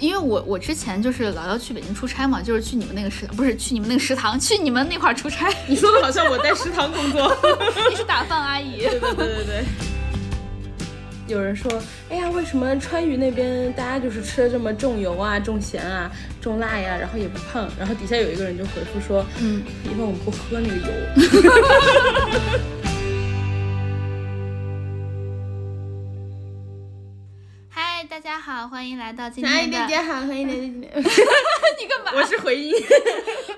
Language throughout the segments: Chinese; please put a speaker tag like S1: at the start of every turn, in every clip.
S1: 因为我我之前就是老要去北京出差嘛，就是去你们那个食不是去你们那个食堂，去你们那块儿出差。
S2: 你说的好像我在食堂工作。
S1: 你是打饭阿姨，
S2: 对对对对对。有人说，哎呀，为什么川渝那边大家就是吃的这么重油啊、重咸啊、重辣呀，然后也不胖？然后底下有一个人就回复说，
S1: 嗯，
S2: 因为我们不喝那个油。
S1: 嗨，大家好，欢迎来到今
S3: 哎，
S1: 天
S3: 大
S1: 的，
S3: 家好，欢迎来到。
S1: 你干嘛？
S2: 我是回音，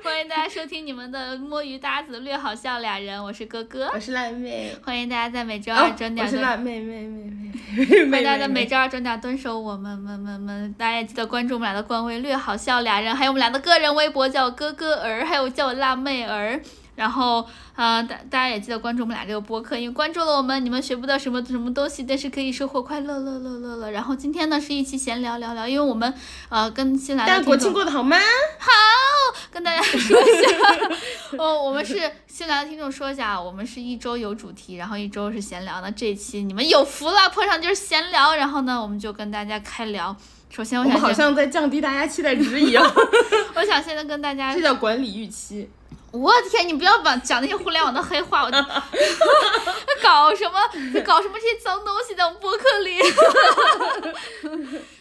S1: 欢迎大家收听你们的摸鱼搭子略好笑俩人，我是哥啊哥
S3: 我。是辣妹，
S1: 欢迎大家在每
S2: 哦
S1: 周二准
S3: 我
S1: 点
S3: 是
S1: 蹲，
S3: 辣妹妹妹妹。
S1: 欢
S2: 大
S1: 迎大家在每周二准点蹲守我们们们们，大家也记得关注我们俩的官微“略好笑俩人”，还有我们俩的个人微博叫哥哥儿，还有叫我辣妹儿。然后，呃，大大家也记得关注我们俩这个播客，因为关注了我们，你们学不到什么什么东西，但是可以收获快乐，乐乐乐乐。然后今天呢是一期闲聊聊聊，因为我们呃跟新来
S2: 家
S1: 的
S2: 国
S1: 听众
S2: 庆过得好吗？
S1: 跟大家说一下， 哦，我们是新来的听众说一下啊，我们是一周有主题，然后一周是闲聊。那这一期你们有福了，碰上就是闲聊，然后呢，我们就跟大家开聊。首先，
S2: 我
S1: 我
S2: 们
S1: 想
S2: 好
S1: 先
S2: 像在降低大家期待值 一样，
S1: 我想现在跟大家
S2: 这，叫管理预期。
S1: 我天，你不要把讲那些互联网的黑话，我 搞什么搞什么这些脏东西在我们播客里，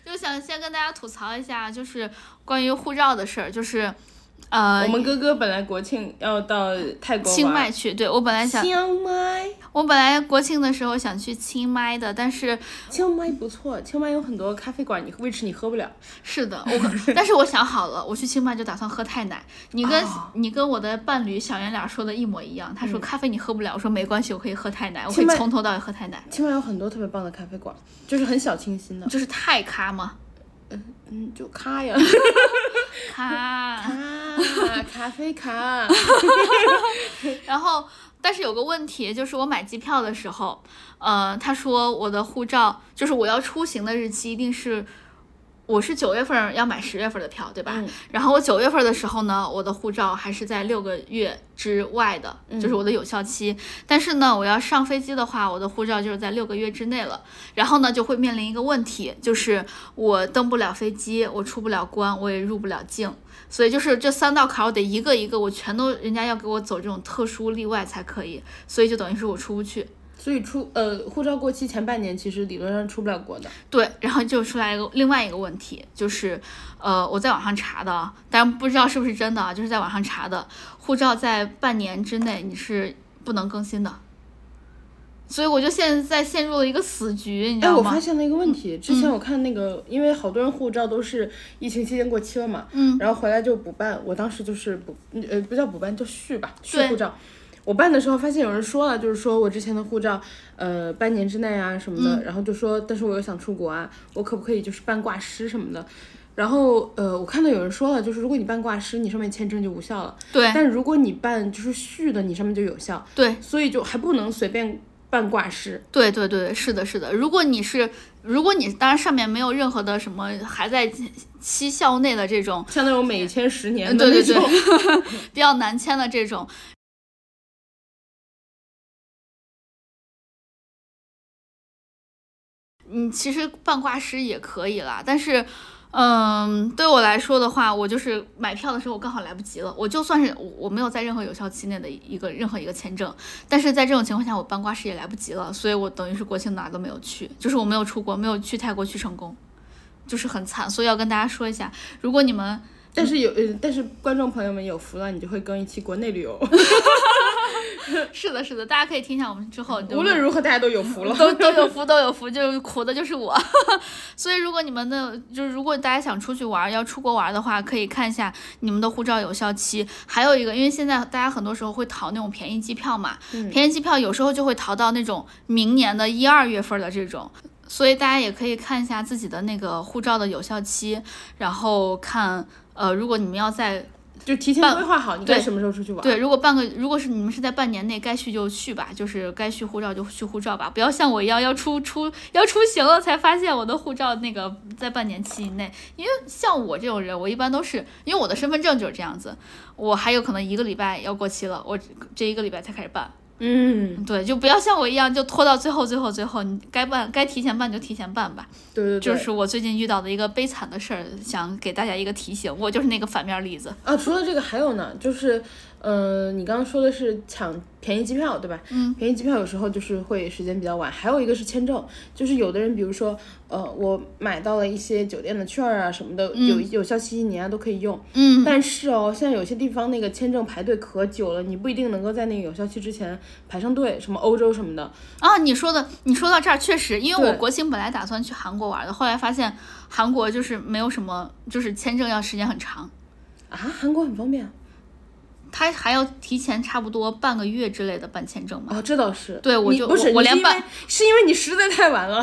S1: 就想先跟大家吐槽一下，就是关于护照的事儿，就是呃，
S2: 我们哥哥本来国庆要到泰国玩
S1: 清迈，去，对我本来想。
S2: 清迈，
S1: 我本来国庆的时候想去清迈的，但是
S2: 清迈不错，清迈有很多咖啡馆，你为此你喝不了。
S1: 是的， 我但是我想好了，我去清迈就打算喝泰奶。你跟、
S2: 哦
S1: 你跟我的伴侣小圆脸说的一模一样，他说
S2: 嗯
S1: 咖啡你喝不了，我说没关系，我可以喝泰奶，我可
S2: 清
S1: 以
S2: 迈
S1: 从头到尾喝泰奶，
S2: 清迈有很多特别棒的咖啡馆，就是很小清新的，
S1: 就是泰咖嘛，
S2: 嗯，就咖呀，
S1: 咖。
S2: 咖，咖啡咖，
S1: 然后，但是有个问题就是我买机票的时候，呃，他说我的护照就是我要出行的日期一定是。我是九月份儿要买十月份儿的票，对吧？
S2: 嗯
S1: 然后我九月份儿的时候呢，我的护照还是在六个月之外的，就是我的有效期。但是呢，我要上飞机的话，我的护照就是在六个月之内了。然后呢，就会面临一个问题，就是我登不了飞机，我出不了关，我也入不了境。所以就是这三道坎儿，我得一个一个，我全都人家要给我走这种特殊例外才可以。所以就等于是我出不去。
S2: 所以出呃护照过期前半年，其实理论上出不了国的。
S1: 对，然后就出来一个另外一个问题，就是，呃，我在网上查的，啊，但不知道是不是真的啊，就是在网上查的，护照在半年之内你是不能更新的，所以我就现在陷入了一个死局，你知
S2: 哎，
S1: 道
S2: 我
S1: 吗嗯
S2: 发？现了一个问题，之前我看那个，因为好多人护照都是疫情期间过期了嘛，
S1: 嗯，
S2: 然后回来就补办，我当时就是补，呃，不叫补办，叫续吧，续
S1: 对
S2: 护照。我办的时候发现有人说了，就是说我之前的护照，呃，半年之内啊什么
S1: 嗯
S2: 的，然后就说，但是我又想出国啊，我可不可以就是办挂失什么的？然后呃，我看到有人说了，就是如果你办挂失，你上面签证就无效了，
S1: 对
S2: 但如果你办就是续的，你上面就有效，
S1: 对
S2: 所以就还不能随便办挂失。
S1: 对对对，是的，是的。如果你是，如果你当然上面没有任何的什么还在期效内的这种
S2: 像那种每签十年
S1: 嗯
S2: 的
S1: 对
S2: 那
S1: 对
S2: 种，
S1: 对， 比较难签的这种。嗯，其实办挂失也可以啦，但是，嗯，对我来说的话，我就是买票的时候我刚好来不及了，我就算是我我没有在任何有效期内的一个任何一个签证，但是在这种情况下我办挂失也来不及了，所以我等于是国庆哪儿都没有去，就是我没有出国，没有去泰国去成功，就是很惨，所以要跟大家说一下，如果你们
S2: 但是有，呃，但是观众朋友们有福了，你就会更一期国内旅 游。
S1: 是的，是的，大家可以听一下我们之后，就
S2: 嗯无论如何，大家都有福了。
S1: 都都有福，都有福，就是苦的就是我。 所以如果你们的就是如果大家想出去玩儿，要出国玩儿的话，可以看一下你们的护照有效期。还有一个，因为现在大家很多时候会淘那种便宜机票嘛，
S2: 嗯
S1: 便宜机票有时候就会淘到那种明年的一二月份儿的这种。所以大家也可以看一下自己的那个护照的有效期，然后看，呃，如果你们要在
S2: 就提前
S1: 办
S2: 规划好，你该
S1: 对
S2: 什么时候出去玩。
S1: 对，如果半个，如果是你们是在半年内该续就续吧，就是该续护照就续护照吧，不要像我一样要出出要出行了才发现我的护照那个在半年期以内。因为像我这种人，我一般都是因为我的身份证就是这样子，我还有可能一个礼拜要过期了，我这一个礼拜才开始办。
S3: 嗯，
S1: 对，就不要像我一样，就拖到最后、最后、最后，你该办该提前办就提前办吧。
S2: 对对对，
S1: 就是我最近遇到的一个悲惨的事儿，想给大家一个提醒，我就是那个反面例子。
S2: 啊，除了这个还有呢，就是，呃，你刚刚说的是抢便宜机票，对吧？嗯，便宜机票有时候就是会时间比较晚，还有一个是签证，就是有的人，比如说，呃，我买到了一些酒店的券儿啊什么的，有有效期一年啊都可以用。
S1: 嗯，
S2: 但是哦，现在有些地方那个签证排队可久了，你不一定能够在那个有效期之前排上队，什么欧洲什么的。
S1: 啊，你说的，你说到这儿确实，因为我
S2: 对
S1: 国庆本来打算去韩国玩的，后来发现韩国就是没有什么，就是签证要时间很长，
S2: 啊，韩国很方便啊
S1: 他还要提前差不多半个月之类的办签证嘛。
S2: 哦，这倒是。
S1: 对我
S2: 你
S1: 就
S2: 不是
S1: 我我
S2: 你是
S1: 连
S2: 因为
S1: 办
S2: 是因为你实在太晚了。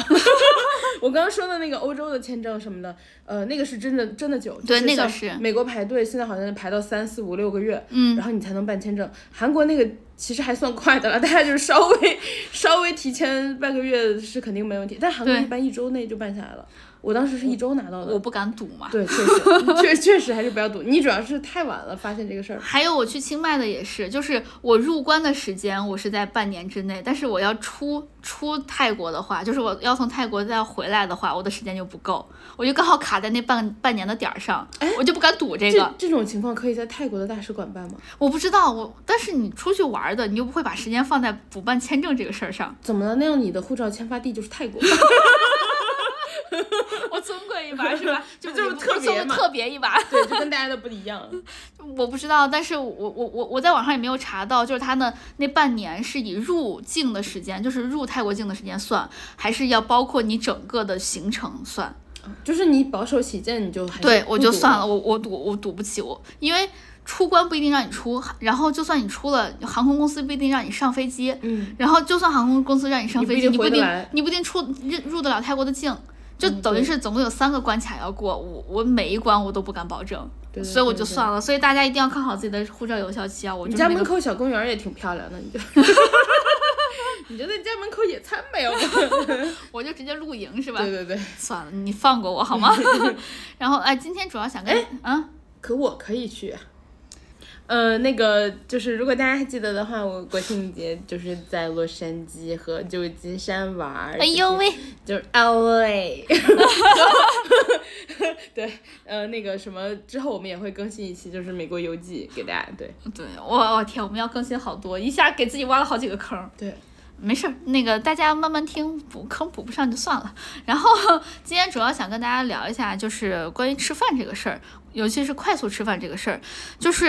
S2: 我刚刚说的那个欧洲的签证什么的，呃，那个是真的真的久，就
S1: 对那个
S2: 像
S1: 是
S2: 美国排队，现在好像排到三四五六个月，
S1: 嗯
S2: 然后你才能办签证。韩国那个其实还算快的了，大 家就是稍微稍微提前半个月是肯定没问题，但韩国
S1: 对
S2: 一般一周内就办下来了。我当时是一周拿到
S1: 我
S2: 的，
S1: 不敢赌嘛。
S2: 对，确实确确实还是不要赌，你主要是太晚了发现这个 事儿。
S1: 还有我去清迈的也是，就是我入关的时间我是在半年之内，但是我要出出泰国的话，就是我要从泰国再回来的话，我的时间就不够，我就刚好卡在那半半年的点儿上，我就不敢赌这个。
S2: 哎这这种情况可以在泰国的大使馆办吗？
S1: 我不知道我，但是你出去玩儿的，你又不会把时间放在补办签证这个事儿上。
S2: 怎么了？那样你的护照签发地就是泰国。
S1: 我尊贵一把是 吧？就
S2: 就是
S1: 我
S2: 特
S1: 我
S2: 别
S1: 尊
S2: 嘛
S1: 特别一把。
S2: 对，就跟大家的不一样。
S1: 我不知道，但是我我我我在网上也没有查到，就是他的那半年是以入境的时间，就是入泰国境的时间算，还是要包括你整个的行程算？
S2: 就是你保守起见，你就还是
S1: 对，我就
S2: 不赌
S1: 算了，。我我赌我赌不起我，因为出关不一定让你出，然后就算你出了，航空公司不一定让你上飞机，
S2: 嗯，
S1: 然后就算航空公司让你上
S2: 你不
S1: 飞
S2: 一
S1: 机，
S2: 定
S1: 你不
S2: 回
S1: 一
S2: 得
S1: 定
S2: 来嗯
S1: 你不一定出入入得了泰国的境，就等于
S2: 对
S1: 是总共有三个关卡要过，我我每一关我都不敢保证，
S2: 对
S1: 所以我
S2: 对
S1: 就
S2: 对
S1: 算了。所以大家一定要看好自己的护照有效期啊！我
S2: 你
S1: 就是
S2: 家
S1: 那
S2: 门
S1: 个
S2: 口小公园也挺漂亮的， 你就你就在家门口野餐 呗，要不？
S1: 我就直接露营是吧？
S2: 对对对。
S1: 算了，你放过我好 吗？ 然后哎，今天主要想跟啊，
S2: 可我可以去。啊呃，那个就是，如果大家还记得的话，我国庆节就是在洛杉矶和旧金山玩儿。
S1: 哎呦喂，
S2: 就是 LA，对，呃，那个什么之后我们也会更新一期，就是美国游记给大家。对
S1: 对我我天，我们要更新好多，一下给自己挖了好几个坑。
S2: 对，
S1: 没事儿，那个大家慢慢听，补坑补不上就算了。然后今天主要想跟大家聊一下，就是关于吃饭这个事儿，尤其是快速吃饭这个事儿。就是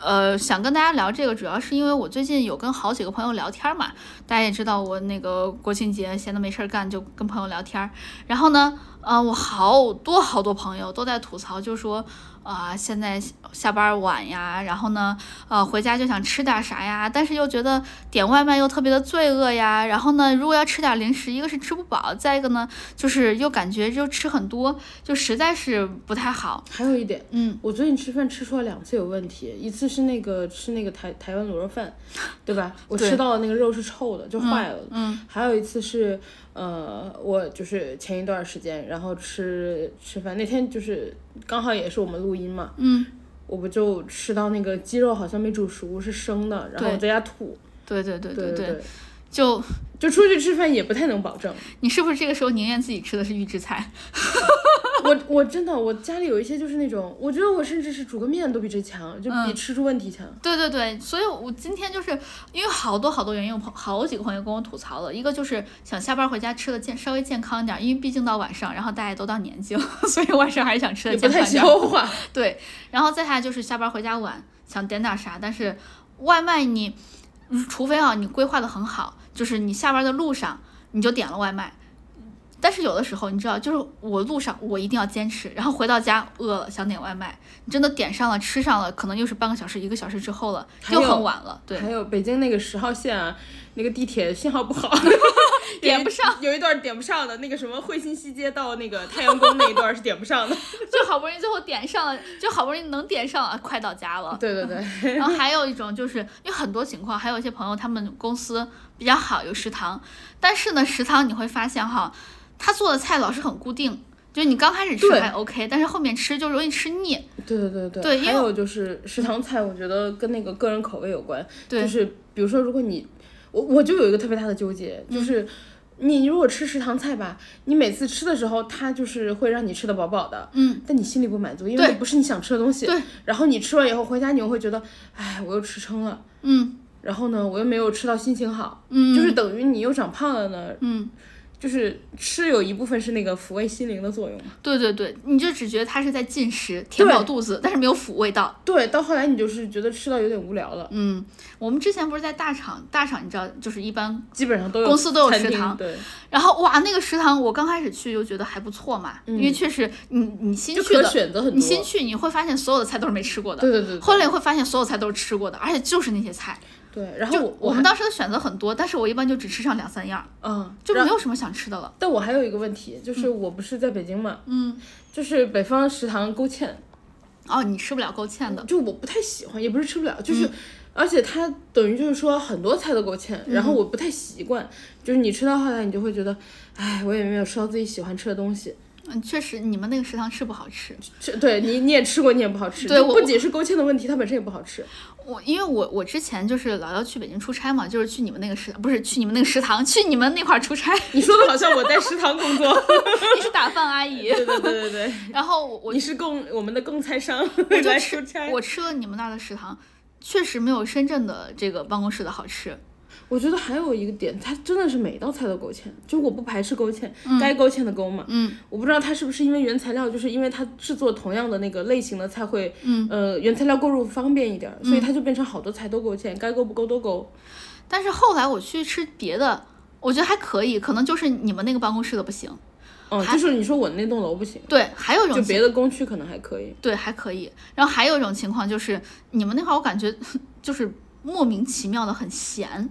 S1: 呃，想跟大家聊这个，主要是因为我最近有跟好几个朋友聊天儿嘛，大家也知道我那个国庆节闲的没事儿干，就跟朋友聊天儿。然后呢，呃，我好多好多朋友都在吐槽，就说。啊、现在下班晚呀，然后呢，呃，回家就想吃点啥呀，但是又觉得点外卖又特别的罪恶呀。然后呢，如果要吃点零食，一个是吃不饱，再一个呢，就是又感觉就吃很多，就实在是不太好。
S2: 还有一点，
S1: 嗯，
S2: 我最近吃饭吃出了两次有问题，一次是那个吃那个台台湾卤 肉饭，对吧？我
S1: 对
S2: 吃到的那个肉是臭的，就坏了。
S1: 嗯
S2: 还有一次是，呃，我就是前一段时间，然后吃吃饭那天就是刚好也是我们录音嘛，
S1: 嗯，
S2: 我不就吃到那个鸡肉好像没煮熟是生的，然后我在家吐。
S1: 对对对
S2: 对
S1: 对，
S2: 对，
S1: 就
S2: 就出去吃饭也不太能保证。
S1: 你是不是这个时候宁愿自己吃的是预制菜？
S2: 我我真的我家里有一些就是那种，我觉得我甚至是煮个面都比这强，就比
S1: 嗯
S2: 吃出问题强。
S1: 对对对，所以我今天就是因为好多好多原因，我朋好几个朋友跟我吐槽了，一个就是想下班回家吃的健稍微健康一点，因为毕竟到晚上，然后大家都到年纪了， 所以晚上还是想吃的
S2: 也不
S1: 健康
S2: 太
S1: 一点。
S2: 消化，
S1: 对，然后再下来就是下班回家晚，想点点啥，但是外卖你，嗯除非啊你规划的很好，就是你下班的路上你就点了外卖。但是有的时候，你知道，就是我路上我一定要坚持，然后回到家饿了想点外卖，你真的点上了吃上了，可能又是半个小时一个小时之后了，
S2: 还
S1: 又
S2: 有
S1: 很晚了，对，
S2: 还有北京那个十号线啊，那个地铁信号不好，
S1: 点不上，
S2: 有一段点不上的，那个什么惠新西街到那个太阳宫那一段是点 不上的。
S1: 就好不容易最后点上了，就好不容易能点上了，快到家了，
S2: 对对对，
S1: 然后还有一种就是有很多情况，还有一些朋友他们公司比较好有食堂，但是呢，食堂你会发现哈，他做的菜老是很固定，就是你刚开始吃
S2: 对
S1: 还 OK，但是后面吃就容易吃腻。
S2: 对对对对
S1: 对因为
S2: 还有就是食堂菜，我觉得跟那个个人口味有关，
S1: 对
S2: 就是比如说如果你。我我就有一个特别大的纠结，就是
S1: 嗯
S2: 你如果吃食堂菜吧，你每次吃的时候，它就是会让你吃的饱饱的，
S1: 嗯，
S2: 但你心里不满足，因为
S1: 对
S2: 那不是你想吃的东西，
S1: 对，
S2: 然后你吃完以后回家，你又会觉得，哎，我又吃撑了，
S1: 嗯
S2: 然后呢，我又没有吃到心情好，
S1: 嗯，
S2: 就是等于你又长胖了呢，
S1: 嗯，
S2: 就是吃有一部分是那个抚慰心灵的作用嘛。
S1: 对对对，你就只觉得他是在进食，填饱
S2: 对
S1: 肚子，但是没有抚慰到。
S2: 对，到后来你就是觉得吃到有点无聊了，
S1: 嗯，我们之前不是在大厂，大厂你知道，就是一般
S2: 基本上都有
S1: 公司都有
S2: 餐
S1: 食
S2: 厅
S1: 堂
S2: 对，
S1: 然后哇，那个食堂我刚开始去就觉得还不错嘛，因为确实你你新
S2: 嗯就
S1: 去
S2: 可
S1: 的，
S2: 选择很多。
S1: 你新去你会发现所有的菜都是没吃过的，
S2: 对对对对
S1: 后来会发现所有菜都是吃过的，而且就是那些菜。
S2: 对，然后
S1: 就
S2: 我
S1: 我
S2: 还
S1: 们当时的选择很多，但是我一般就只吃上两三样儿，
S2: 嗯，
S1: 就
S2: 然
S1: 没有什么想吃的了。
S2: 但我还有一个问题，就是我不是在北京嘛，
S1: 嗯，
S2: 就是北方食堂勾芡，
S1: 哦，你吃不了勾芡的，
S2: 就我不太喜欢，也不是吃不了，
S1: 嗯
S2: 就是。而且它等于就是说很多菜都勾芡，然后
S1: 嗯
S2: 我不太习惯，就是你吃到后来你就会觉得，哎，我也没有吃到自己喜欢吃的东西。
S1: 嗯，确实你们那个食堂是不好吃。
S2: 吃对你你也吃过，你也不好吃。
S1: 对
S2: 就
S1: 我
S2: 不仅是勾芡的问题，它本身也不好吃。
S1: 我因为我我之前就是老要去北京出差嘛，就是去你们那个食堂，不是去你们那个食堂，去你们那块儿出差，
S2: 你说的好像我在食堂工作。
S1: 你是打饭阿姨。
S2: 对对对对对，
S1: 然后我我
S2: 你是供我们的供菜商
S1: 就
S2: 来
S1: 吃
S2: 出差。
S1: 我吃了你们那儿的食堂，确实没有深圳的这个办公室的好吃。
S2: 我觉得还有一个点，它真的是每道菜都勾芡，就我不排斥勾芡，该勾芡的勾嘛。
S1: 嗯，
S2: 我不知道它是不是因为原材料，就是因为它制作同样的那个类型的菜会，
S1: 嗯
S2: 呃，原材料购入方便一点儿，所以它就变成好多菜都勾芡，该勾不勾都勾。
S1: 但是后来我去吃别的，我觉得还可以，可能就是你们那个办公室的不行。
S2: 嗯，就是你说我那栋楼不行，
S1: 对，还有一种
S2: 就
S1: 情
S2: 别的工区可能还可以。
S1: 对还可以。然后还有一种情况就是你们那块儿，我感觉 就是莫名其妙的很咸。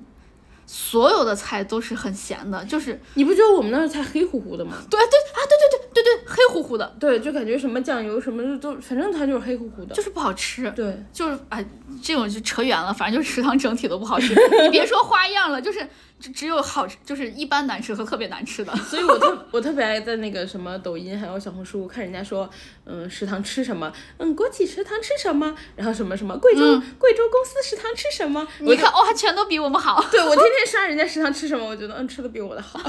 S1: 所有的菜都是很咸的，就是
S2: 你不觉得我们那儿菜黑乎乎的吗？
S1: 对对啊，对对对对对，黑乎乎的，
S2: 对，就感觉什么酱油什么都，反正它就是黑乎乎的。
S1: 就是不好吃。
S2: 对，
S1: 就是哎，这种就扯远了，反正就是食堂整体都不好 吃。你别说花样了，就是只只有好吃，就是一般难吃和特别难吃的。
S2: 所以我特 我特别爱在那个什么抖音还有小红书看人家说，嗯，食堂吃什么，嗯，国企食堂吃什么，然后什么什么贵州、贵州公司食堂吃什么，我
S1: 你
S2: 就
S1: 看，哇、全都比我们好。
S2: 对我天天刷人家食堂吃什么，我觉得嗯吃的比我的好，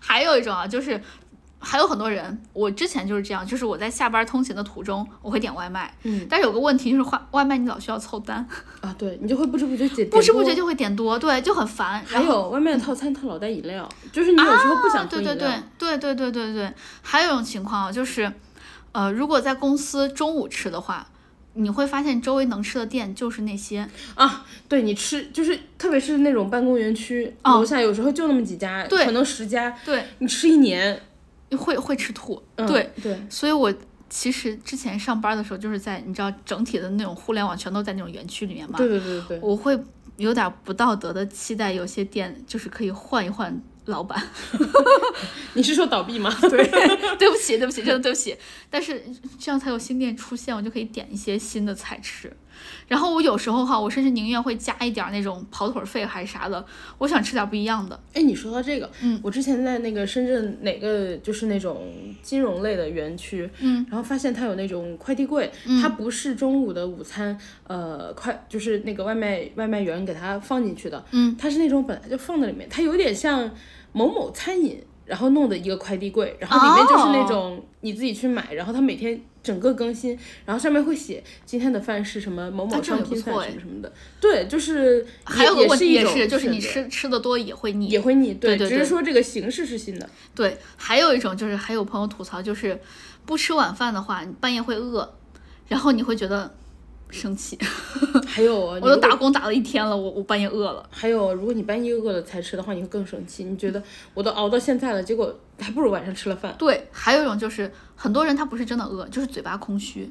S1: 还有一种啊，就是还有很多人，我之前就是这样，就是我在下班通勤的途中，我会点外卖。
S2: 嗯
S1: 但是有个问题就是外外卖你老需要凑单，
S2: 啊，对你就会不知不觉解
S1: 不知不觉
S2: 就
S1: 就会点多，对，就很烦。
S2: 还有外面的套餐它老带饮料，就是你有时候不想喝
S1: 对
S2: 饮料，
S1: 对对对对对对对，还有一种情况啊，就是，呃，如果在公司中午吃的话，你会发现周围能吃的店就是那些，
S2: 啊，对你吃就是特别是那种办公园区、
S1: 哦
S2: 楼下有时候就那么几家，
S1: 对
S2: 可能十家，
S1: 对，
S2: 你吃一年，
S1: 会会吃吐。
S2: 嗯、
S1: 对，
S2: 对。
S1: 所以我其实之前上班的时候，就是在你知道整体的那种互联网全都在那种园区里面嘛，
S2: 对对对对，
S1: 我会有点不道德的期待，有些店就是可以换一换老板。
S2: 你是说倒闭吗？ 对，
S1: 对不起，对不起，真的对不起。但是这样才有新店出现，我就可以点一些新的菜吃。然后我有时候哈，我甚至宁愿会加一点儿那种跑腿儿费还是啥的，我想吃点儿不一样的。
S2: 哎，你说到这个，
S1: 嗯
S2: 我之前在那个深圳哪个就是那种金融类的园区，
S1: 嗯，
S2: 然后发现它有那种快递柜，它不是中午的午餐，呃，快就是那个外卖外卖员给它放进去的，
S1: 嗯，
S2: 它是那种本来就放在里面，它有点像某某餐饮。然后弄的一个快递柜，然后里面就是
S1: 哦
S2: 那种你自己去买，然后它每天整个更新，然后上面会写今天的饭是什么某
S1: 啊
S2: 某
S1: 这样
S2: 商
S1: 也
S2: 品
S1: 不
S2: 饭
S1: 错
S2: 什
S1: 哎
S2: 么什么的。对，就是也
S1: 还有个问题
S2: 也
S1: 也
S2: 是一
S1: 是，
S2: 种
S1: 就是你
S2: 选择
S1: 吃吃的多也会腻
S2: 也。会腻，对
S1: 对对
S2: 只是说这个形式是新的。
S1: 对，还有一种就是还有朋友吐槽，就是不吃晚饭的话，你半夜会饿，然后你会觉得生气。
S2: 还有啊，
S1: 我都
S2: 你如
S1: 打
S2: 果。
S1: 工打了一天了，我我半夜饿了。
S2: 还有，如果你半夜饿了才吃的话，你会更生气。你觉得我都熬到现在了，结果还不如晚上吃了饭。
S1: 对，还有一种就是很多人他不是真的饿，就是嘴巴空虚，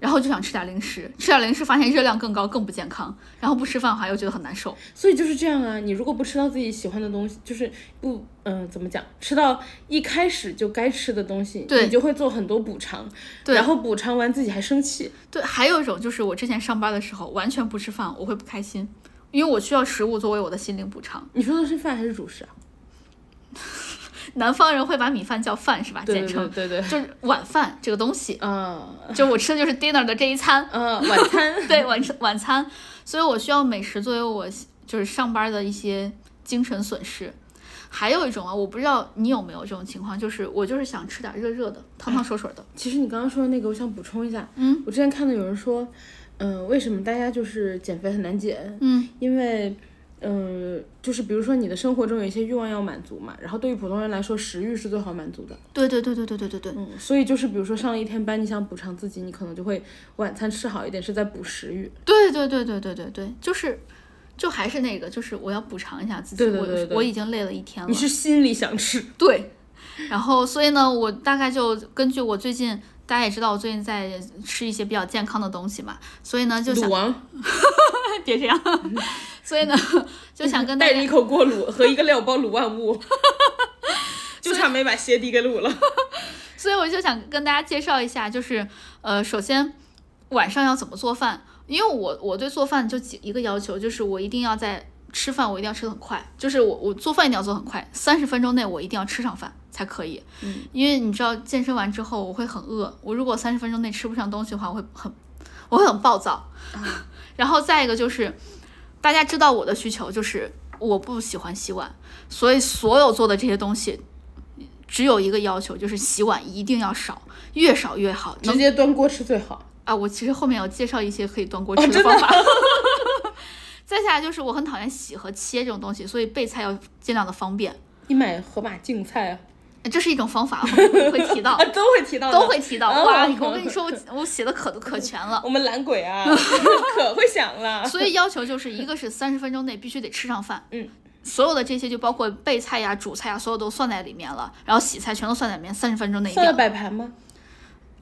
S1: 然后就想吃点零食，吃点零食发现热量更高，更不健康，然后不吃饭的话又觉得很难受。
S2: 所以就是这样啊，你如果不吃到自己喜欢的东西，就是不，嗯、怎么讲，吃到一开始就该吃的东西，
S1: 对
S2: 你就会做很多补偿，
S1: 对
S2: 然后补偿完自己还生气。
S1: 对，还有一种就是我之前上班的时候完全不吃饭，我会不开心，因为我需要食物作为我的心灵补偿。
S2: 你说的是饭还是主食啊？
S1: 南方人会把米饭叫饭是吧？
S2: 对对
S1: 简称
S2: 对对对，
S1: 就是晚饭这个东西，
S2: 啊
S1: 就我吃的就是
S2: 嗯
S1: dinner 的这一餐，
S2: 啊，晚餐
S1: 对晚餐晚餐，所以我需要美食作为我就是上班的一些精神损失。还有一种啊，我不知道你有没有这种情况，就是我就是想吃点热热的、汤汤水水的。
S2: 其实你刚刚说的那个，我想补充一下，
S1: 嗯
S2: 我之前看到有人说，嗯、为什么大家就是减肥很难减？
S1: 嗯
S2: 因为，嗯、就是比如说你的生活中有一些欲望要满足嘛，然后对于普通人来说，食欲是最好满足的。
S1: 对对对对对对对对，
S2: 嗯，所以就是比如说上了一天班，你想补偿自己，你可能就会晚餐吃好一点，是在补食欲。
S1: 对对对对对对对，就是，就还是那个，就是我要补偿一下自己，
S2: 对对对
S1: 我
S2: 对
S1: 我已经累了一天了
S2: 你。是心里想吃，
S1: 对，然后所以呢，我大概就根据我最近。大家也知道我最近在吃一些比较健康的东西嘛，所以呢就
S2: 卤
S1: 想
S2: 王
S1: 别这样， 所以呢 就想跟大
S2: 带
S1: 家
S2: 着一口锅卤和一个料包卤万 物，就差没把鞋底给卤了。
S1: 所以我就想跟大家介绍一下，就是呃，首先晚上要怎么做饭，因为我我对做饭就几一个要求，就是我一定要在吃饭，我一定要吃的很快，就是我我做饭一定要做得很快，三十分钟内我一定要吃上饭才可以。
S2: 嗯，
S1: 因为你知道健身完之后我会很饿，我如果三十分钟内吃不上东西的话，我会很我会很暴躁。然后再一个就是，大家知道我的需求就是我不喜欢洗碗，所以所有做的这些东西。只有一个要求，就是洗碗一定要少，越少越好。能
S2: 直接端锅吃最好。
S1: 啊，我其实后面要介绍一些可以端锅
S2: 哦
S1: 吃的
S2: 真的
S1: 方 法。 再下来就是我很讨厌洗和切这种东西，所以备菜要尽量的方便，
S2: 你买河马竞菜啊？
S1: 呃这是一种方法，后面我会 提到
S2: 啊，，都会提到的，
S1: 都会提到。
S2: 哦
S1: 哇，我跟你说，我我写的可可全了。
S2: 我们懒鬼 啊，可会想了。
S1: 所以要求就是一个是三十分钟内必须得吃上饭，
S2: 嗯，
S1: 所有的这些就包括备菜呀、主菜呀，所有都算在里面了，然后洗菜全都算在里面，三十分钟内一定
S2: 算
S1: 要
S2: 了。摆盘吗？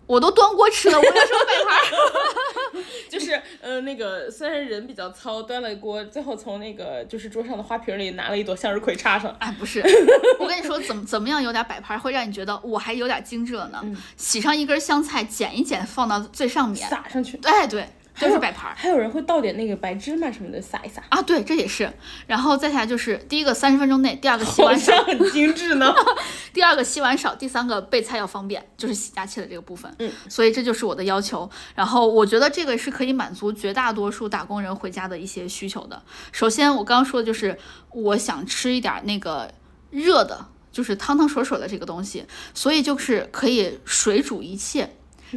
S1: 我都端锅吃了，我有什么备盘儿？
S2: 就是，呃，那个虽然人比较糙，端了锅，最后从那个就是桌上的花瓶里拿了一朵向日葵插上。
S1: 哎，不 是，我跟你说，怎么怎么样有点摆盘儿，会让你觉得我还有点精致了呢。洗上一根香菜，剪一剪，放到最上面。
S2: 嗯撒上去，
S1: 哎，对，就
S2: 还
S1: 是
S2: 有
S1: 摆盘儿
S2: 还有人会倒点那个白芝麻什么的撒一撒，
S1: 啊，对，这也是。然后再下来就是第一个三十分钟内，第二个洗
S2: 好
S1: 碗少，
S2: 像很精致 呢。
S1: 第二个洗碗少，第三个备菜要方便，就是洗加切的这个部分。
S2: 嗯，
S1: 所以这就是我的要求。然后我觉得这个是可以满足绝大多数打工人回家的一些需求的。首先，我刚刚说的就是我想吃一点儿那个热的，就是汤汤水水的这个东西，所以就是可以水煮一切。
S2: 嗯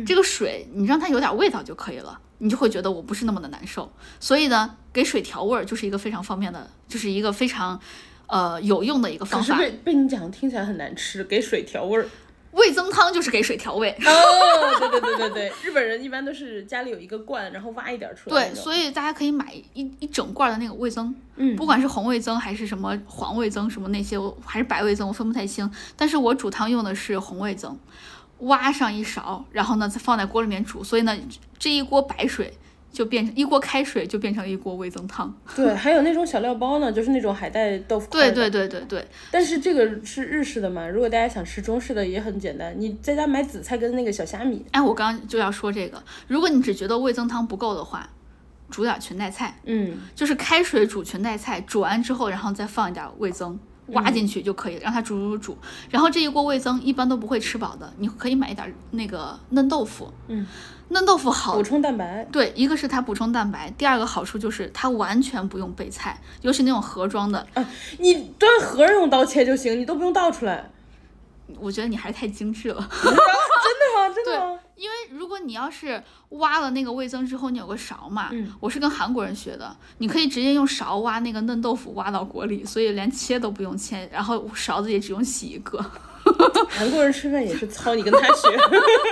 S1: 这个水你让它有点味道就可以了，你就会觉得我不是那么的难受。所以呢，给水调味儿就是一个非常方便的，就是一个非常。呃，有用的一个方
S2: 可是
S1: 法，
S2: 被被你讲听起来很难吃，给水 调味儿。
S1: 味增汤就是给水调 味。
S2: 哦，对对对对对，日本人一般都是家里有一个罐，然后挖一点儿出来那
S1: 对，
S2: 种。
S1: 所以大家可以买一一整罐儿的那个味增，
S2: 嗯
S1: 不管是红味增还是什么黄味增，什么那些，我还是白味增，我分不太清。但是我煮汤用的是红味增，挖上一勺，然后呢再放在锅里面煮，所以呢这一锅白水就变成一锅开水，就变成一锅味增汤。
S2: 对，还有那种小料包呢，就是那种海带豆腐块
S1: 对
S2: 的。
S1: 对对对对，
S2: 但是这个是日式的嘛？如果大家想吃中式的也很简单，你在家买紫菜跟那个小虾米，
S1: 哎，我刚刚就要说这个，如果你只觉得味增汤不够的话，煮点裙带菜。
S2: 嗯，
S1: 就是开水煮裙带菜，煮完之后，然后再放一点味增，挖
S2: 嗯
S1: 进去就可以，让它煮煮煮。然后这一锅味增一般都不会吃饱的，你可以买一点那个嫩豆腐，
S2: 嗯，
S1: 嫩豆腐好
S2: 补。充蛋白。
S1: 对，一个是它补充蛋白，第二个好处就是它完全不用备菜，尤其那种盒装的，
S2: 啊，你端盒儿用刀切就行，你都不用倒出来。
S1: 我觉得你还是太精致了。
S2: 真
S1: 啊
S2: 的吗？真的吗？
S1: 因为如果你要是挖了那个味增之后，你有个勺嘛，
S2: 嗯
S1: 我是跟韩国人学的，你可以直接用勺挖那个嫩豆腐，挖到锅里，所以连切都不用切，然后勺子也只用洗一个。
S2: 韩国人吃饭也是糙，你跟他学。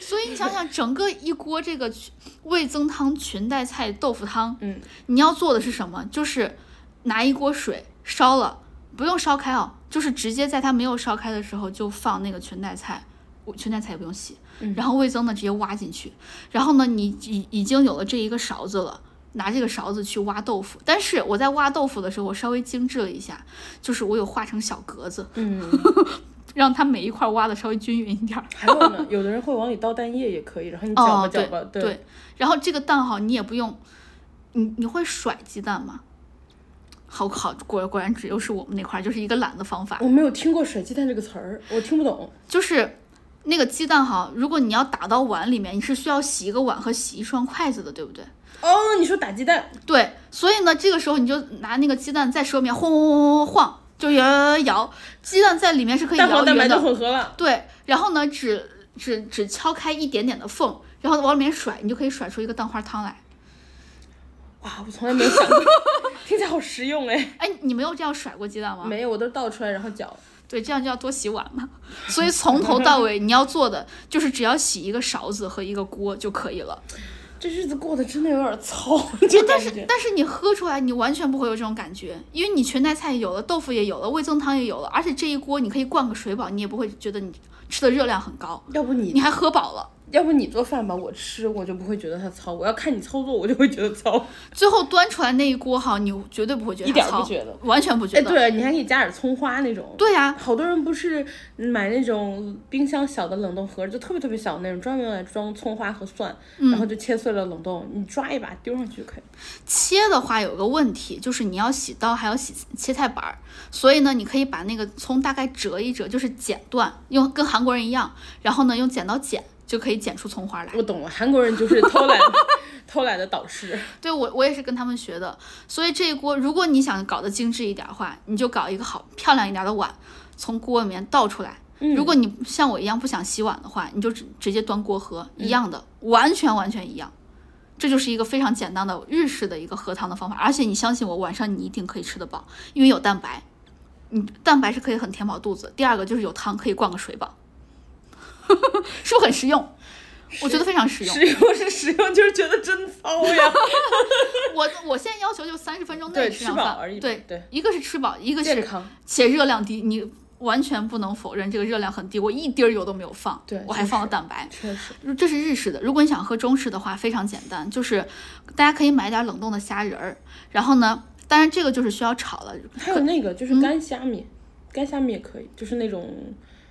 S1: 所以你想想，整个一锅这个裙味增汤、裙带菜、豆腐汤，
S2: 嗯，
S1: 你要做的是什么？就是拿一锅水烧了，不用烧开哦，就是直接在它没有烧开的时候就放那个裙带菜，我裙带菜也不用洗，然后味增呢直接挖进去，然后呢你已已经有了这一个勺子了。拿这个勺子去挖豆腐，但是我在挖豆腐的时候，我稍微精致了一下，就是我有画成小格子，
S2: 嗯，
S1: 让它每一块挖的稍微均匀一点儿。
S2: 还有呢，有的人会往里倒蛋液也可以，然后你搅
S1: 哦，
S2: 吧搅
S1: 对
S2: 吧，
S1: 对。然后这个蛋哈，你也不用，你你会甩鸡蛋吗？好好，果果然只又是我们那块儿，就是一个懒的方法，
S2: 我没有听过甩鸡蛋这个词儿，我听不懂。
S1: 就是那个鸡蛋哈，如果你要打到碗里面，你是需要洗一个碗和洗一双筷子的，对不对？
S2: 哦，你说打鸡蛋，
S1: 对，所以呢，这个时候你就拿那个鸡蛋在手里面晃晃晃晃晃晃，就摇摇摇摇，鸡蛋在里面是可以
S2: 蛋黄
S1: 摇
S2: 蛋白
S1: 匀
S2: 就
S1: 的，
S2: 混合了。
S1: 对，然后呢，只只只敲开一点点的缝，然后往里面甩，你就可以甩出一个蛋花汤来。
S2: 哇，我从来没有想过， 听起来好实 用哎。
S1: 哎，你没有这样甩过鸡蛋吗？
S2: 没有，我都是倒出来然后搅。
S1: 对，这样就要多洗碗嘛。所以从头到尾你要做的就是只要洗一个勺子和一个锅就可以了。
S2: 这日子过得真的有点糙，就
S1: 哎但
S2: 感
S1: 是
S2: 觉。
S1: 但是你喝出来，你完全不会有这种感觉，因为你全菜菜有了，豆腐也有了，味增汤也有了，而且这一锅你可以灌个水饱，你也不会觉得你吃的热量很高，
S2: 要不
S1: 你
S2: 你，
S1: 还喝饱了。
S2: 要不你做饭吧，我吃我就不会觉得它糙。我要看你操作，我就会觉得糙。
S1: 最后端出来那一锅哈，你绝对不会觉得
S2: 一点
S1: 它
S2: 儿不
S1: 糙
S2: 觉得，
S1: 完全不觉
S2: 哎，
S1: 得。
S2: 对了，你还可以加点葱花那种。
S1: 对呀、啊
S2: 好多人不是买那种冰箱小的冷冻盒，就特别特别小的那种，专门用来装葱花和蒜，然后就切碎了冷冻，你抓一把丢上去就可以。
S1: 切的话有个问题，就是你要洗刀，还要洗切菜板儿，所以呢，你可以把那个葱大概折一折，就是剪断，用跟韩国人一样，然后呢用剪刀剪就可以剪出葱花来。
S2: 我懂了，韩国人就是偷懒，偷懒的导 师。
S1: 对我我也是跟他们学的，所以这一锅如果你想搞得精致一点儿的话，你就搞一个好漂亮一点儿的碗，从锅里面倒出来。如果你像我一样不想洗碗的话，你就直直接端锅喝，一样的，完全完全一样。这就是一个非常简单的日式的一个喝汤的方法，而且你相信我，晚上你一定可以吃得饱，因为有蛋白，你蛋白是可以很填饱肚子。第二个就是有汤可以灌个水饱， 是不是很实用？我觉得非常实用。
S2: 实用是实用，就是觉得真糙 呀。
S1: 我我现在要求就三十分钟内
S2: 对
S1: 上
S2: 吃饱
S1: 饭
S2: 而已
S1: 对
S2: 对
S1: 一个是吃饱，一个
S2: 健
S1: 是
S2: 康，
S1: 且热量低，你完全不能否认这个热量很低，我一滴儿油都没有放，
S2: 对
S1: 我还
S2: 确实
S1: 放了蛋白。
S2: 确实。
S1: 这是日式的，如果你想喝中式的话，非常简单，就是大家可以买点冷冻的虾仁儿，然后呢，当然这个就是需要炒了，
S2: 还有那个就是干虾米，干虾米也可以，就是那种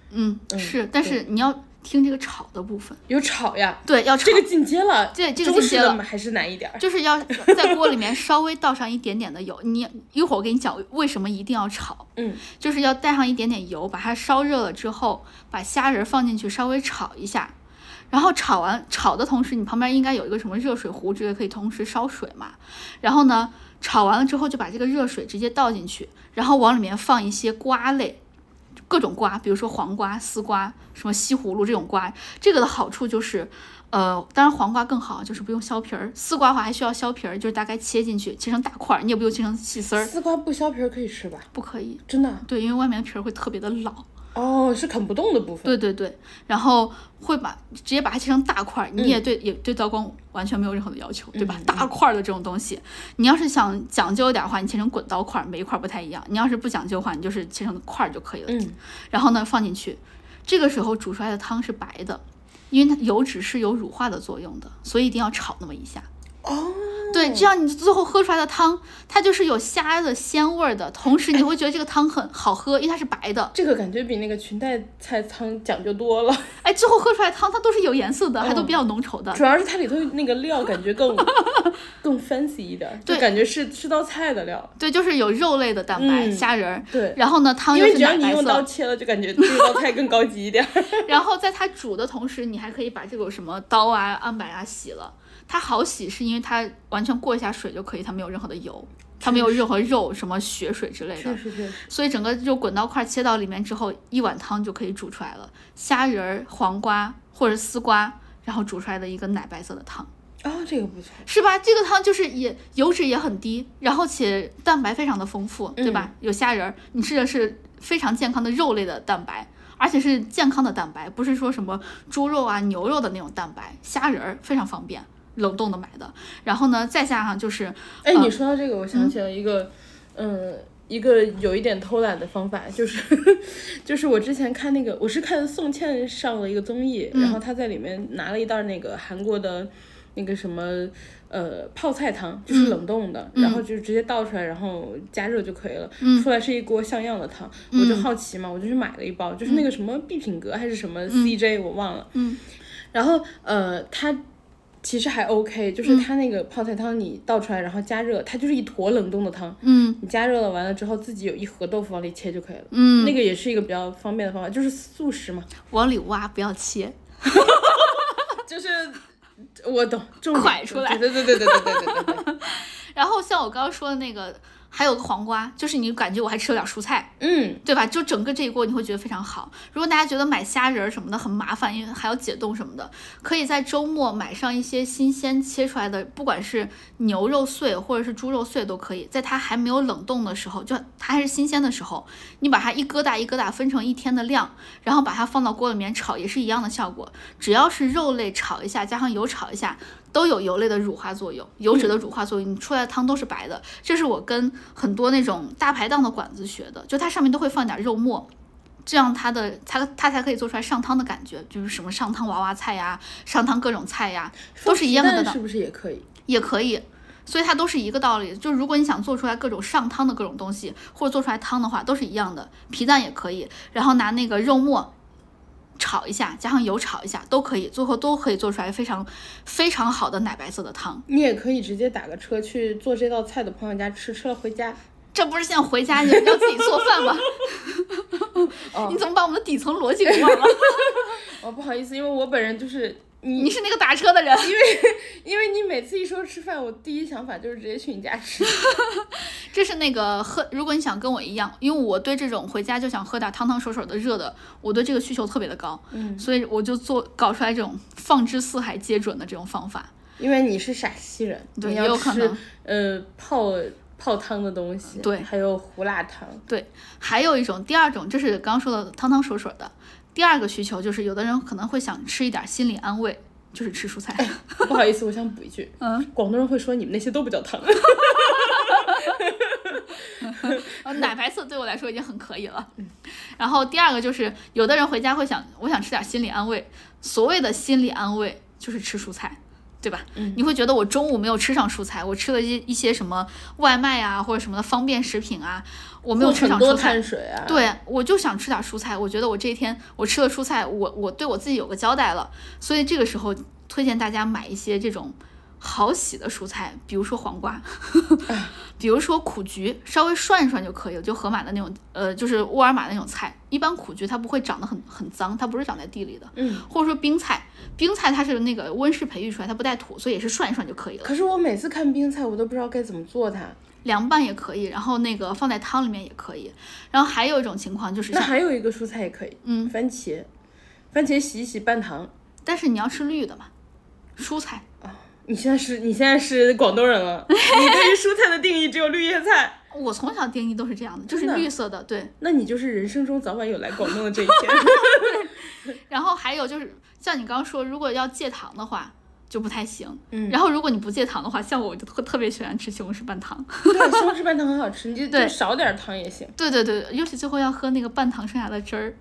S1: 嗯，是，但是你要听这个炒的部分，
S2: 有炒呀，
S1: 对，要炒
S2: 这，个进阶了，
S1: 这这个
S2: 中
S1: 进阶
S2: 式的
S1: 了
S2: 嘛还是难一点儿。
S1: 就是要在锅里面稍微倒上一点点的 油，你一会儿我给你讲为什么一定要炒，
S2: 嗯，
S1: 就是要带上一点点油，把它烧热了之后，把虾仁儿放进去稍微炒一下，然后炒完炒的同时，你旁边应该有一个什么热水壶之类，可以同时烧水嘛。然后呢，炒完了之后就把这个热水直接倒进去，然后往里面放一些瓜类。各种瓜，比如说黄瓜、丝瓜、什么西葫芦这种瓜，这个的好处就是，呃，当然黄瓜更好，就是不用削皮儿。丝瓜的话还需要削皮儿，就是大概切进去，切成大块儿，你也不用切成细丝儿，
S2: 丝瓜不削皮儿可以吃吧？
S1: 不可以。
S2: 真的？
S1: 对，因为外面皮儿会特别的老。
S2: 哦，是啃不动的部分。
S1: 对对对，然后会把直接把它切成大块儿，你
S2: 嗯
S1: 也对、也对刀工完全没有任何的要求，对吧？大块儿的这种东西，你要是想讲究一点的话，你切成滚刀块儿，每一块儿不太一样。你要是不讲究的话，你就是切成块儿就可以了。
S2: 嗯，
S1: 然后呢放进去，这个时候煮出来的汤是白的，因为它油脂是有乳化的作用的，所以一定要炒那么一下。
S2: 哦，
S1: 对，这样你最后喝出来的汤，它就是有虾的鲜味儿的，同时你会觉得这个汤很好喝，因为它是白的。
S2: 这个感觉比那个裙带菜汤讲究多了，
S1: 哎，最后喝出来的汤它都是有颜色的，还
S2: 嗯
S1: 都比较浓稠的。
S2: 主要是它里头那个料感觉 更更 fancy 一点儿，就
S1: 对
S2: 感觉是吃道菜的料。
S1: 对，就是有肉类的蛋白、
S2: 嗯
S1: 虾仁儿，
S2: 对，
S1: 然后呢汤
S2: 因
S1: 又
S2: 为
S1: 是
S2: 只要
S1: 奶
S2: 你
S1: 白
S2: 用刀
S1: 色，
S2: 切了，就感觉这道菜更高级 一点儿。
S1: 然后在它煮的同时，你还可以把这个什么刀啊、案板啊洗了。它好洗是因为它完全过一下水就可以，它没有任何的油，它没有任何肉、什么血水之类的。
S2: 是是，
S1: 所以整个就滚刀块切到里面之后，一碗汤就可以煮出来了。虾仁儿、黄瓜或者丝瓜，然后煮出来的一个奶白色的汤，
S2: 哦，这个不错。
S1: 是吧？这个汤就是也油脂也很低，然后且蛋白非常的丰富，对吧？有虾仁儿，你吃的是非常健康的肉类的蛋白。而且是健康的蛋白，不是说什么猪肉啊、牛肉的那种蛋白，虾仁儿非常方便，冷冻的买的。然后呢，再加上就是
S2: 哎，
S1: 嗯
S2: 你说到这个，我想起了一个，嗯。一个有一点偷懒的方法，就是 就是我之前看那个，我是看宋茜上了一个综艺，然后她在里面拿了一袋儿那个韩国的那个什么呃泡菜汤，就是冷冻的，然后就直接倒出来，然后加热就可以了，出来是一锅像样的汤。我就好奇嘛，我就去买了一包，就是那个什么必品阁还是什么 CJ，、我忘了。然后呃，它其实还 OK，就是
S1: 嗯
S2: 它那个泡菜汤你倒出来，然后加热，它就是一坨冷冻的汤，
S1: 嗯
S2: 你加热了完了之后，自己有一盒豆腐往里切就可以了。
S1: 嗯，
S2: 那个也是一个比较方便的方法，就是速食嘛，
S1: 往里挖，不要切。
S2: 就是我懂，重点
S1: 快出来
S2: 对对对对对对对对对，
S1: 然后像我刚刚说的那个，还有个黄瓜，就是你感觉我还吃了点蔬菜，
S2: 嗯，
S1: 对吧？就整个这一锅你会觉得非常好。如果大家觉得买虾仁儿什么的很麻烦，因为还要解冻什么的，可以在周末买上一些新鲜切出来的，不管是牛肉碎或者是猪肉碎都可以，在它还没有冷冻的时候，就它还是新鲜的时候，你把它一疙瘩一疙瘩分成一天的量，然后把它放到锅里面炒，也是一样的效果。只要是肉类炒一下，加上油炒一下。都有油类的乳化作用，油脂的乳化作用，你出来的汤都是白的。这是我跟很多那种大排档的馆子学的，就它上面都会放点肉末，这样它的它它才可以做出来上汤的感觉，就是什么上汤娃娃菜呀、上汤各种菜呀， 都是一样的味道
S2: 鸡蛋是不是也可以？
S1: 也可以。所以它都是一个道理，就如果你想做出来各种上汤的各种东西，或者做出来汤的话，都是一样的。皮蛋也可以，然后拿那个肉末炒一下，加上油炒一下，都可以，最后都可以做出来非常非常好的奶白色的汤。
S2: 你也可以直接打个车去做这道菜的朋友家吃，吃了回家。
S1: 这不是现在回家你们要自己做饭吗？你怎么把我们的底层逻辑给忘了？
S2: 哦，不好意思，因为我本人就是你，
S1: 你是那个打车的人，
S2: 因为你每次一说吃饭，我第一想法就是直接去你家吃。
S1: 这是那个喝。如果你想跟我一样，因为我对这种回家就想喝点汤汤水水的热的，我对这个需求特别的高，
S2: 嗯，
S1: 所以我就做搞出来这种放之四海皆准的这种方法。
S2: 因为你是陕西人，
S1: 对
S2: 你
S1: 也
S2: 要
S1: 有可
S2: 吃
S1: 能
S2: 呃泡泡汤的东西，
S1: 对
S2: 还有胡辣汤，
S1: 对，还有一种第二种，这是刚刚说的汤汤水水的。第二个需求就是，有的人可能会想吃一点心理安慰，就是吃蔬菜。
S2: 不好意思，我想补一句，
S1: 嗯，
S2: 广东人会说你们那些都不叫汤，
S1: 呃，奶白色对我来说已经很可以了。
S2: 嗯
S1: 然后第二个就是，有的人回家会想，我想吃点心理安慰。所谓的心理安慰就是吃蔬菜，对吧？
S2: 嗯
S1: 你会觉得我中午没有吃上蔬菜，我吃了一一些什么外卖啊或者什么的方便食品啊，我 没有吃
S2: 很
S1: 上
S2: 多
S1: 蔬菜。
S2: 碳水啊，，
S1: 对，我就想吃点蔬菜。我觉得我这一天我吃了蔬菜，我我对我自己有个交代了。所以这个时候推荐大家买一些这种好洗的蔬菜，比如说黄瓜， 比如说苦菊，稍微涮一涮就可以了，就盒马的那种，呃，就是沃尔玛那种菜。一般苦菊它不会长得很很脏，它不是长在地里的。
S2: 嗯。
S1: 或者说冰菜，冰菜它是那个温室培育出来，它不带土，所以也是涮一涮就可以了。
S2: 可是我每次看冰菜，我都不知道该怎么做它。
S1: 凉拌也可以，然后那个放在汤里面也可以。然后还有一种情况就是
S2: 那
S1: 像
S2: 还有一个蔬菜也可以，
S1: 嗯
S2: 番茄，番茄洗一洗拌糖。
S1: 但是你要吃绿的嘛，蔬菜。
S2: 你现在是你现在是广东人 了，你对于蔬菜的定义只有绿叶菜，
S1: 我从小定义都是这样的，就是
S2: 真的
S1: 绿色的，对。
S2: 那你就是人生中早晚有来广东的这一天。
S1: 然后还有就是，像你刚刚说，如果要戒糖的话就不太行。
S2: 嗯
S1: 然后如果你不戒糖的话，像我我就特特别喜欢吃西红柿拌糖。
S2: 对，西红柿拌糖很好吃，你就
S1: 对
S2: 就少点糖也行。
S1: 对对对，尤其最后要喝那个拌糖剩下的汁儿，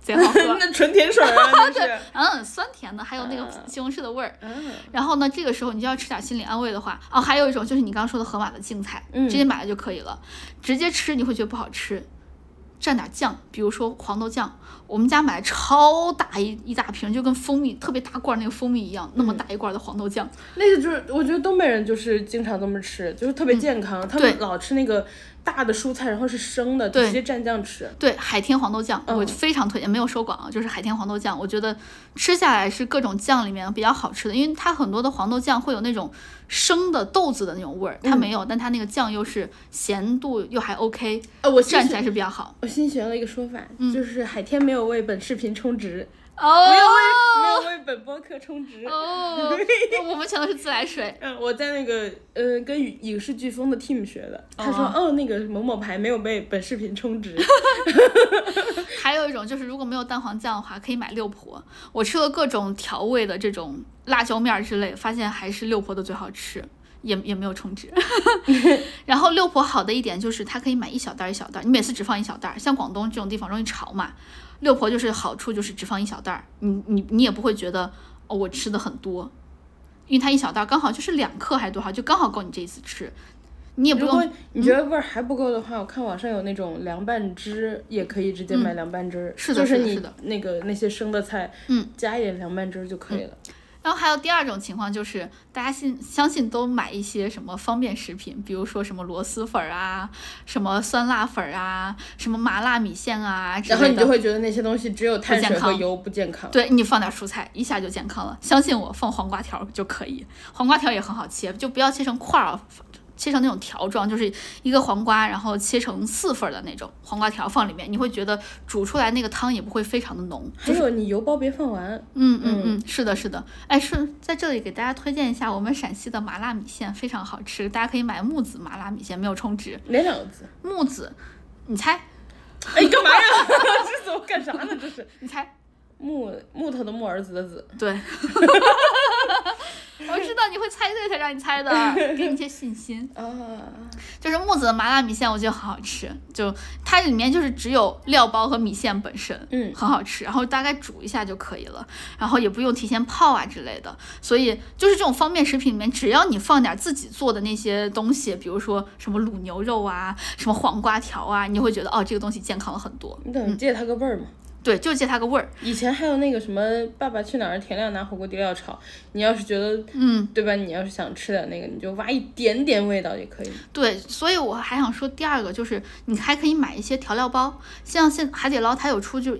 S1: 贼好喝。
S2: 那纯甜水儿啊， 就是
S1: 嗯，酸甜的，还有那个
S2: 嗯
S1: 西红柿的味儿。
S2: 嗯，
S1: 然后呢，这个时候你就要吃点心理安慰的话哦。还有一种就是你刚刚说的盒马的净菜，
S2: 嗯
S1: 直接买了就可以了，直接吃你会觉得不好吃，蘸点酱，比如说黄豆酱，我们家买超大一一大瓶，就跟蜂蜜特别大罐儿那个蜂蜜一样，那么大一罐儿的黄豆酱，
S2: 那个就是我觉得东北人就是经常这么吃，就是特别健康，他
S1: 嗯对
S2: 们老吃那个大的蔬菜，然后是生的，
S1: 对
S2: 直接蘸酱吃。
S1: 对，海天黄豆酱，我
S2: 嗯
S1: 非常推荐，没有收广啊，就是海天黄豆酱，我觉得吃下来是各种酱里面比较好吃的，因为它很多的黄豆酱会有那种生的豆子的那种味儿，它没有，但它那个酱又是咸度又还 OK，
S2: 呃，我新
S1: 蘸起
S2: 学
S1: 来是比较好。
S2: 我新学了一个说法，就是海天没有为本视频充值，
S1: 哦，
S2: 没有为没有为本播客充值。
S1: 哦，我们全都是自来水。
S2: 嗯，我在那个呃跟影影视飓风的 team 学的，他说
S1: 哦
S2: 哦那个某某牌没有被本视频充值，
S1: 还有一种就是，如果没有蛋黄酱的话，可以买六婆。我吃了各种调味的这种辣椒面儿之类，发现还是六婆的最好吃，也也没有充 值。然后六婆好的一点就是，它可以买一小袋儿一小袋儿，你每次只放一小袋儿。像广东这种地方容易潮嘛，六婆就是好处就是只放一小袋儿，你你你也不会觉得哦我吃的很多，因为它一小袋儿刚好就是两克还是多少，就刚好够你这一次吃。你也不
S2: 如
S1: 用嗯
S2: 果你觉得味儿还不够的话，我看网上有那种凉拌汁，也可以直接买凉拌汁儿，
S1: 嗯是的
S2: 就是
S1: 的
S2: 你
S1: 是的
S2: 那个那些生的菜，
S1: 嗯，
S2: 加一点凉拌汁儿就可以了。
S1: 然后还有第二种情况就是，大家信相信都买一些什么方便食品，比如说什么螺蛳粉儿啊，什么酸辣粉儿啊，什么麻辣米线啊之
S2: 然后
S1: 类
S2: 你就
S1: 的。
S2: 会觉得那些东西只有碳
S1: 健
S2: 水和
S1: 康
S2: 油不健康。
S1: 对你放点蔬菜，一下就健康了。相信我，放黄瓜条儿就可以。黄瓜条儿也很好切，就不要切成块儿啊，切成那种条状，就是一个黄瓜，然后切成四份儿的那种黄瓜条儿放里面，你会觉得煮出来那个汤也不会非常的浓。
S2: 还有你油包别放完，
S1: 嗯嗯嗯，是的，是的。哎，顺在这里给大家推荐一下我们陕西的麻辣米线，非常好吃，大家可以买木子麻辣米线，没有充值。
S2: 哪两个 字？
S1: 木子，你猜，
S2: 哎，干嘛呀？ 这怎么干啥呢？这是
S1: 你猜，
S2: 木木头的木儿子的子，
S1: 对。 我知道你会猜对，才让你猜的，给你一些信心。
S2: 啊，
S1: 就是木子的麻辣米线，我觉得很好吃，就它里面就是只有料包和米线本身，
S2: 嗯
S1: 很好吃，然后大概煮一下就可以了，然后也不用提前泡啊之类的。所以就是这种方便食品里面，只要你放点自己做的那些东西，比如说什么卤牛肉啊，什么黄瓜条啊，你会觉得哦，这个东西健康了很多。
S2: 你等于借它个味儿嘛。
S1: 对，就借它个味儿。
S2: 以前还有那个什么《爸爸去哪儿》，田亮拿火锅底料炒，你要是觉得，
S1: 嗯，
S2: 对吧？你要是想吃点那个，你就挖一点点味道也可以。
S1: 对，所以我还想说第二个就是，你还可以买一些调料包，像现海底捞它有出就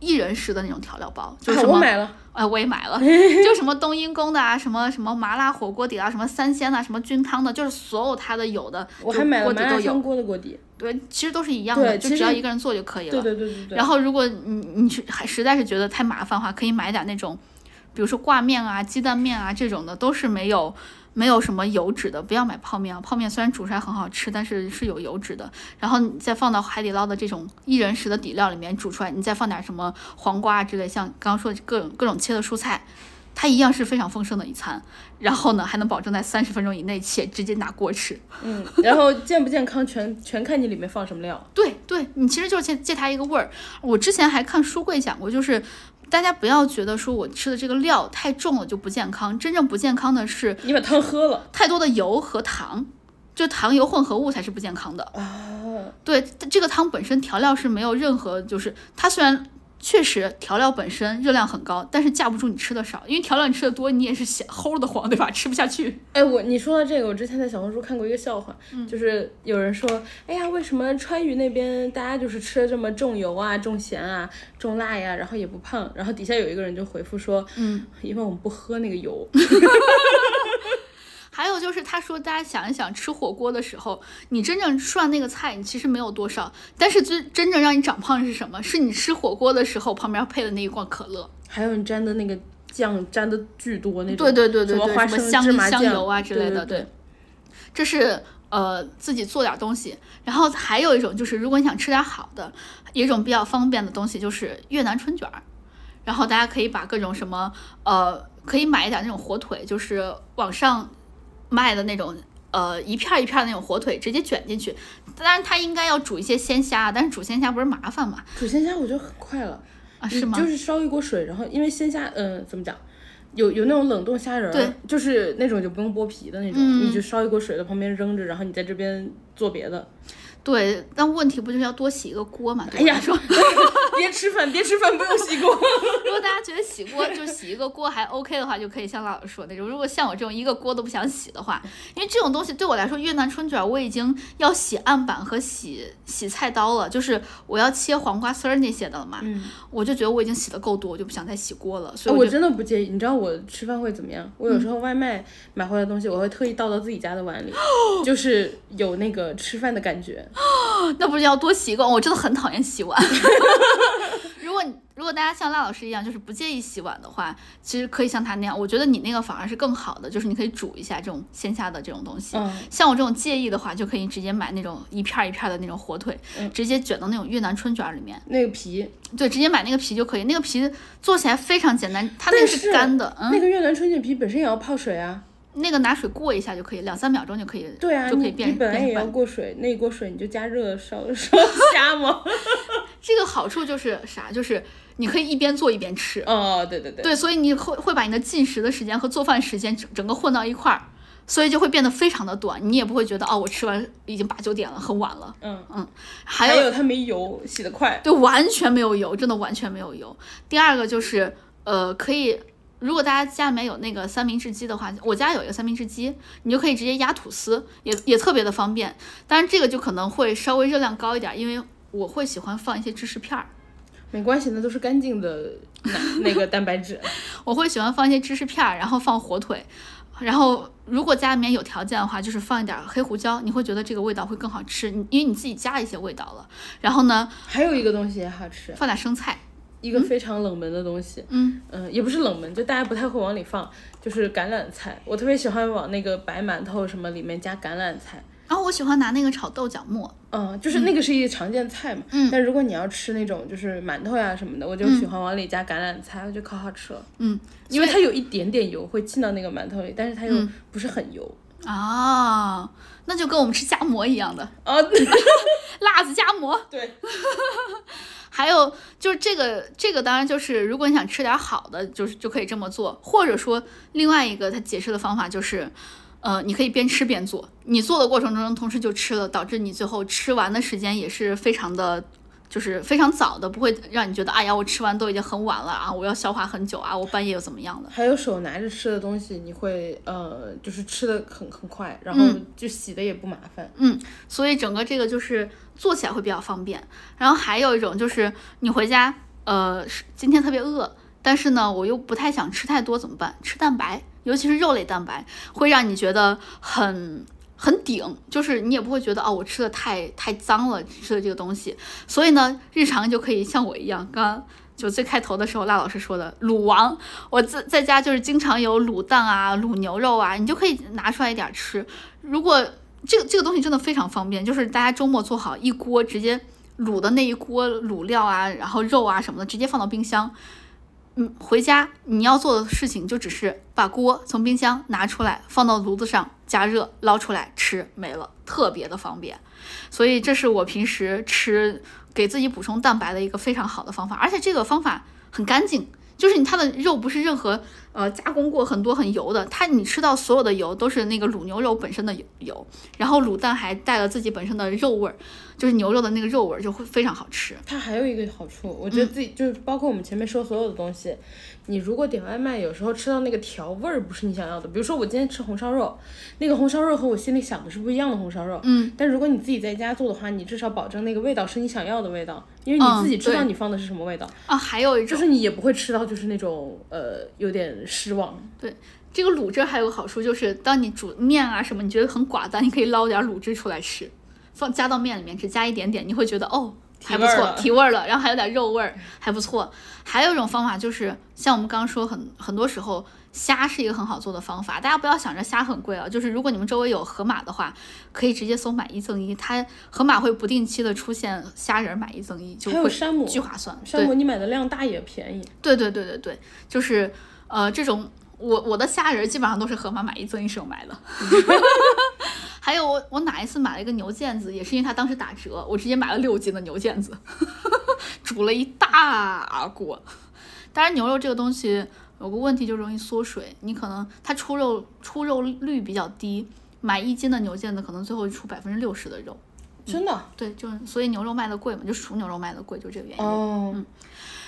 S1: 一人食的那种调料包，就是
S2: 啊
S1: 什
S2: 我
S1: 么。
S2: 买了，
S1: 哎，我也买 了，就什么冬阴功的啊，什么什么麻辣火锅底啊，什么三鲜呐、什么菌汤的，就是所有它的有的，
S2: 我还买了
S1: 锅
S2: 麻
S1: 底
S2: 辣
S1: 都
S2: 香
S1: 有。
S2: 锅的锅底。
S1: 对，其实都是一样的，
S2: 对
S1: 就
S2: 其
S1: 只要
S2: 实
S1: 一个人做就可以
S2: 对
S1: 了。
S2: 对对对对。
S1: 然后，如果你你是还实在是觉得太麻烦的话，可以买点那种，比如说挂面啊、鸡蛋面啊这种的，都是没有没有什么油脂的，不要买泡面啊。泡面虽然煮出来很好吃，但是是有油脂的。然后你再放到海底捞的这种一人食的底料里面煮出来，你再放点什么黄瓜啊之类，像刚刚说的各种各种切的蔬菜。它一样是非常丰盛的一餐，然后呢，还能保证在三十分钟以内，且直接拿锅吃。
S2: 嗯，然后健不健康全全看你里面放什么料。
S1: 对对，你其实就是借借它一个味儿。我之前还看书柜讲过，就是大家不要觉得说我吃的这个料太重了就不健康，真正不健康的是
S2: 你把汤喝了
S1: 太多的油和糖，就糖油混合物才是不健康的。
S2: 啊，
S1: 对，这个汤本身调料是没有任何，就是它虽然。 确实，调料本身热量很高，但是架不住你吃的少，因为调料你吃的多，你也是咸齁的慌，对吧？吃不下去。
S2: 哎，我你说到这个，我之前在小红书看过一个笑话，
S1: 嗯
S2: 就是有人说，哎呀，为什么川渝那边大家就是吃的这么重油啊、重咸啊、重辣呀，然后也不胖？然后底下有一个人就回复说，嗯，因为我们不喝那个油。
S1: 还有就是，他说大家想一想，吃火锅的时候，你真正涮那个菜，你其实没有多少，但是最真正让你长胖是什么？是你吃火锅的时候旁边配的那一罐可乐。
S2: 还有你沾的那个酱沾的巨多那种，
S1: 对对对对
S2: 什么
S1: 对，
S2: 花
S1: 什
S2: 生
S1: 么香
S2: 芝麻
S1: 香
S2: 酱
S1: 油啊之类的，
S2: 对对对
S1: 这是呃自己做点东西。然后还有一种就是，如果你想吃点好的，有一种比较方便的东西就是越南春卷儿。然后大家可以把各种什么呃，可以买一点那种火腿，就是网上卖的那种。呃，一片儿一片儿的那种火腿直接卷进去，当然它应该要煮一些鲜虾，但是煮鲜虾不是麻烦嘛？
S2: 煮鲜虾我觉得很快了，
S1: 啊，
S2: 你
S1: 是吗？
S2: 嗯就是烧一锅水，然后因为鲜虾，嗯、怎么讲？有有那种冷冻虾仁儿，
S1: 对
S2: 就是那种就不用剥皮的那种，
S1: 嗯
S2: 你就烧一锅水在旁边扔着，然后你在这边做别的。
S1: 对，但问题不就是要多洗一个锅嘛？对
S2: 哎
S1: 吧
S2: 呀，说别吃饭，别吃饭，不用洗锅。
S1: 如果大家觉得洗锅就洗一个锅还 OK 的话，就可以像老师说那种。如果像我这种一个锅都不想洗的话，因为这种东西对我来说，越南春卷我已经要洗案板和洗洗菜刀了，就是我要切黄瓜丝儿那些的了嘛。
S2: 嗯哎
S1: 我就觉得我已经洗的够多，我就不想再洗锅了，所以
S2: 我
S1: 就。
S2: 真的不介意，你知道我吃饭会怎么样？我
S1: 嗯
S2: 有时候外卖买回来的东西，我会特意倒到自己家的碗里， 就是有那个吃饭的感觉。
S1: 那不是要多洗一个碗？我真的很讨厌洗碗。 如果你如果大家像赖老师一样，就是不介意洗碗的话，其实可以像他那样。我觉得你那个反而是更好的，就是你可以煮一下这种鲜虾的这种东西。
S2: 嗯
S1: 像我这种介意的话，就可以直接买那种一片儿一片儿的那种火腿，
S2: 嗯
S1: 直接卷到那种越南春卷儿里面。
S2: 那个皮，
S1: 对，直接买那个皮就可以。那个皮做起来非常简单，它那个
S2: 但
S1: 是
S2: 是
S1: 干的，
S2: 那
S1: 嗯，
S2: 个越南春卷皮本身也要泡水啊。
S1: 那个拿水过一下就可以，两三秒钟就可以，
S2: 对啊，
S1: 就可以
S2: 你
S1: 变
S2: 你本来
S1: 变
S2: 也
S1: 成
S2: 要
S1: 饭
S2: 过水，那一锅水你就加热烧 烧虾嘛。
S1: 这个好处就是啥？就是你可以一边做一边吃。
S2: 哦，对对对，
S1: 对，所以你会会把你的进食的时间和做饭时间整整个混到一块儿，所以就会变得非常的短，你也不会觉得哦，我吃完已经八九点了，很晚了。
S2: 嗯，
S1: 还
S2: 还
S1: 有
S2: 有它没油，洗得快。
S1: 对，完全没有油，真的完全没有油。第二个就是呃，可以如果大家家里面有那个三明治机的话，我家有一个三明治机，你就可以直接压吐司，也也特别的方便。当然这个就可能会稍微热量高一点，因为我会喜欢放一些芝士片儿，
S2: 没关系，那都是干净的奶那个蛋白 质。
S1: 我会喜欢放一些芝士片儿，然后放火腿。然后，如果家里面有条件的话，就是放一点黑胡椒，你会觉得这个味道会更好吃，你因为你自己加了一些味道了。然后呢，
S2: 还有一个东西也好吃，
S1: 放点生菜，
S2: 一个非常冷门的东西，
S1: 嗯
S2: 嗯，也不是冷门，就大家不太会往里放，就是橄榄菜。我特别喜欢往那个白馒头什么里面加橄榄菜，
S1: 然后我喜欢拿那个炒豆角末，
S2: 嗯，就是那个是一个常见菜嘛。
S1: 嗯
S2: 但如果你要吃那种就是馒头呀什么的，我就喜欢往里加橄榄菜，我觉得可好吃了。
S1: 嗯，
S2: 因为它有一点点油会沁到那个馒头里，但是它又不是很油。
S1: 啊，那就跟我们吃夹馍一样的
S2: 啊， 对
S1: 辣子夹馍。
S2: 对，
S1: 还有就是这个这个当然就是，如果你想吃点好的，就是就可以这么做，或者说另外一个他解释的方法就是，呃，你可以边吃边做，你做的过程中同时就吃了，导致你最后吃完的时间也是非常的。就是非常早的，不会让你觉得，哎呀，我吃完都已经很晚了啊，我要消化很久啊，我半夜又怎么样了？
S2: 还有手拿着吃的东西，你会呃，就是吃的很很快，然后就洗的也不麻烦。
S1: 所以整个这个就是做起来会比较方便。然后还有一种就是你回家，呃，是今天特别饿，但是呢我又不太想吃太多，怎么办？吃蛋白，尤其是肉类蛋白，会让你觉得很。很顶，就是你也不会觉得哦，我吃的太太脏了，吃的这个东西。所以呢，日常就可以像我一样，刚刚就最开头的时候，辣老师说的卤王，我在在家就是经常有卤蛋啊、卤牛肉啊，你就可以拿出来一点吃。如果这个这个东西真的非常方便，就是大家周末做好一锅，直接卤的那一锅卤料啊，然后肉啊什么的，直接放到冰箱。嗯，回家你要做的事情就只是把锅从冰箱拿出来，放到炉子上加热，捞出来吃，没了，特别的方便。所以这是我平时吃给自己补充蛋白的一个非常好的方法，而且这个方法很干净，就是你它的肉不是任何呃加工过很多很油的，它你吃到所有的油都是那个卤牛肉本身的油油，然后卤蛋还带了自己本身的肉味儿，就是牛肉的那个肉味儿就会非常好吃。
S2: 它还有一个好处，我觉得
S1: 嗯
S2: 自己、就是包括我们前面说所有的东西，你如果点外卖，有时候吃到那个调味儿不是你想要的，比如说我今天吃红烧肉，那个红烧肉和我心里想的是不一样的红烧肉。
S1: 嗯，
S2: 但如果你自己在家做的话，你至少保证那个味道是你想要的味道，因为你自己知道
S1: 嗯对
S2: 你放的是什么味道，
S1: 啊，还有一
S2: 就
S1: 种
S2: 是你也不会吃到就是那种呃有点失望。
S1: 这个卤汁儿还有个好处就是，当你煮面啊什么，你觉得很寡淡，你可以捞点卤汁出来吃，放加到面里面，只加一点点，你会觉得哦。还不
S2: 提味儿
S1: 错，
S2: 了
S1: 提味儿了，然后还有点肉味儿，还不错。还有一种方法就是，像我们刚刚说很，很多时候虾是一个很好做的方法。大家不要想着虾很贵啊，就是如果你们周围有盒马的话，可以直接搜买一赠一。它盒马会不定期的出现虾仁儿买一赠一，就
S2: 还有
S1: 会
S2: 山姆
S1: 巨划算。对。
S2: 山姆你买的量大也便宜，
S1: 对对对对对，就是呃，这种我我的虾仁儿基本上都是盒马买一赠一时候买的。 还有我我哪一次买了一个牛腱子，也是因为它当时打折，我直接买了六斤的牛腱子， 煮了一大锅。当然牛肉这个东西有个问题就容易缩水，你可能它出肉出肉率比较低，买一斤的牛腱子可能最后出百分之六十的肉。
S2: 真的。
S1: 对，就是所以牛肉卖的贵嘛，就熟牛肉卖的贵，就这个原因。
S2: 哦，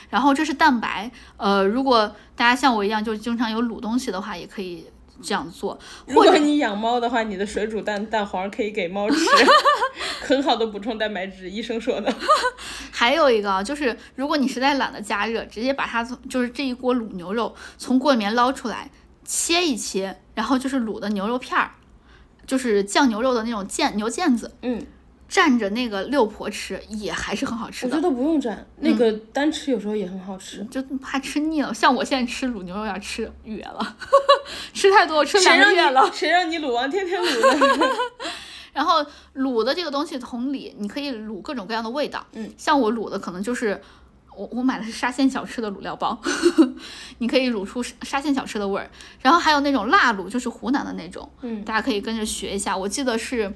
S1: 然后这是蛋白，呃，如果大家像我一样，就是经常有卤东西的话，也可以这样做，
S2: 如果你养猫的话，你的水煮蛋蛋黄可以给 猫吃，很好的补充蛋白质，医生说的。
S1: 还有一个啊，就是如果你实在懒得加热，直接把它从就是这一锅卤牛肉从锅里面捞出来，切一切，然后就是卤的牛肉片儿，就是酱牛肉的那种腱牛腱子，
S2: 嗯，
S1: 蘸着那个六婆吃也还是很好吃
S2: 我觉
S1: 的。嗯
S2: 得不用蘸，那个单吃有时候也很好吃。
S1: 就怕吃腻了，像我现在吃卤牛肉有点吃哕了， 吃太多，我吃两
S2: 谁
S1: 个
S2: 让
S1: 月了
S2: 你。 谁让你卤王天天 卤的？
S1: 然后卤的这个东西同理，你可以卤各种各样的味道。
S2: 嗯，
S1: 像我卤的可能就是我我买的是沙县小吃的卤料包， 你可以卤出沙沙县小吃的味儿。然后还有那种辣卤，就是湖南的那种，
S2: 嗯
S1: 大家可以跟着学一下。我记得是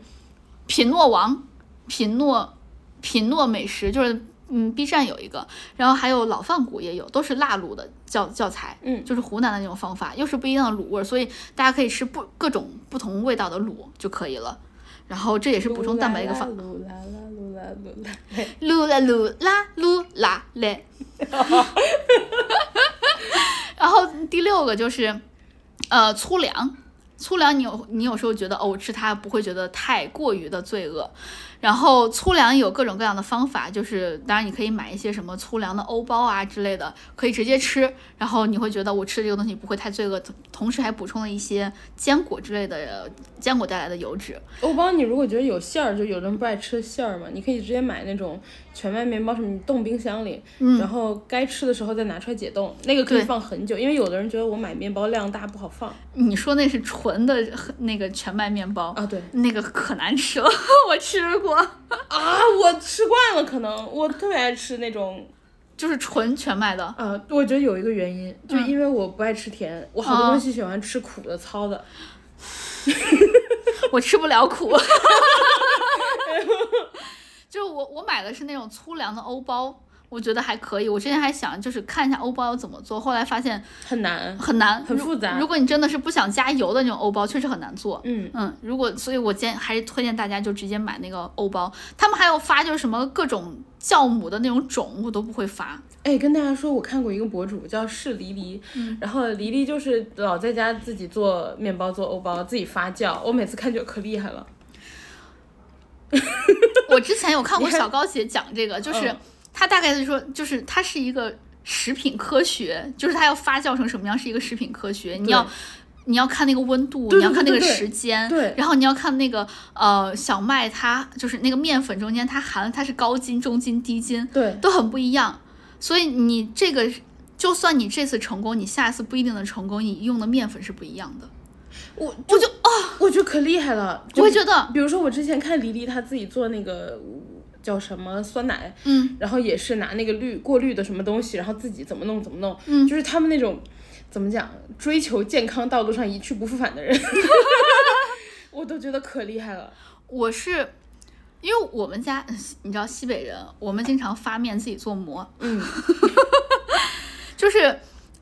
S1: 品诺王、品诺品诺美食，就是嗯 B 站有一个，然后还有老饭骨也有，都是辣卤的教教材。
S2: 嗯
S1: 就是湖南的那种方法，又是不一样的卤味儿，所以大家可以吃不各种不同味道的卤就可以了。然后这也是补充蛋白一个 方。
S2: 噜啦啦噜啦噜啦噜啦。
S1: 噜啦噜 啦噜啦嘞。然后第六六个就是，呃，粗粮。粗粮你有你有时候觉得哦，我吃它不会觉得太过于的罪恶。然后粗粮有各种各样的方法，就是当然你可以买一些什么粗粮的欧包啊之类的，可以直接吃。然后你会觉得我吃这个东西不会太罪恶，同时还补充了一些坚果之类的呃坚果带来的油脂。
S2: 欧包，你如果觉得有馅儿，就有人不爱吃馅儿嘛，你可以直接买那种全麦面包，什么你冻冰箱里，然后该吃的时候再拿出来解冻，那个可以
S1: 对
S2: 放很久，因为有的人觉得我买面包量大不好放
S1: 你说那是纯的那个全麦面包，
S2: 啊。对
S1: 那个可难吃了， 我吃过，
S2: 啊，我吃惯了，可能我特别爱吃那种
S1: 就是纯全麦的。
S2: 啊，我觉得有一个原因，就因为我不爱吃甜，我好多
S1: 哦
S2: 东西喜欢吃苦的、糙的。
S1: 我吃不了苦。 就是我我买的是那种粗粮的欧包，我觉得还可以。我之前还想就是看一下欧包要怎么做，后来发现
S2: 很难。
S1: 很难，
S2: 很
S1: 如
S2: 复杂
S1: 如果你真的是不想加油的那种欧包，确实很难做。
S2: 嗯，
S1: 嗯，如果所以，我建还是推荐大家就直接买那个欧包。他们还有发就是什么各种酵母的那种种，我都不会发。
S2: 哎，跟大家说，我看过一个博主叫是黎黎，
S1: 嗯
S2: 然后黎黎就是老在家自己做面包、做欧包，自己发酵。我每次看就可厉害了。
S1: 我之前有看过
S2: 你还
S1: 小高姐讲这个，就是
S2: 嗯
S1: 她大概就说，就是它是一个食品科学，就是它要发酵成什么样是一个食品科学，你要。你要看那个温度，
S2: 对
S1: 你要看那个
S2: 对对对
S1: 时间，
S2: 对
S1: 然后你要看那个呃小麦它就是那个面粉中间它含它是高筋、中筋、低筋，
S2: 对，
S1: 都很不一样。所以你这个就算你这次成功，你下次不一定能成功，你用的面粉是不一样的。
S2: 我我就啊，我就可厉害了。就
S1: 哦我也觉得，
S2: 比如说我之前看黎黎她自己做那个叫什么酸奶，
S1: 嗯，
S2: 然后也是拿那个滤过滤的什么东西，然后自己怎么弄怎么弄，
S1: 嗯
S2: 就是他们那种怎么讲，追求健康道路上一去不复返 的人， 我都觉得可厉害了。
S1: 我是因为我们家，你知道西北人，我们经常发面自己做馍，
S2: 嗯，
S1: 就是，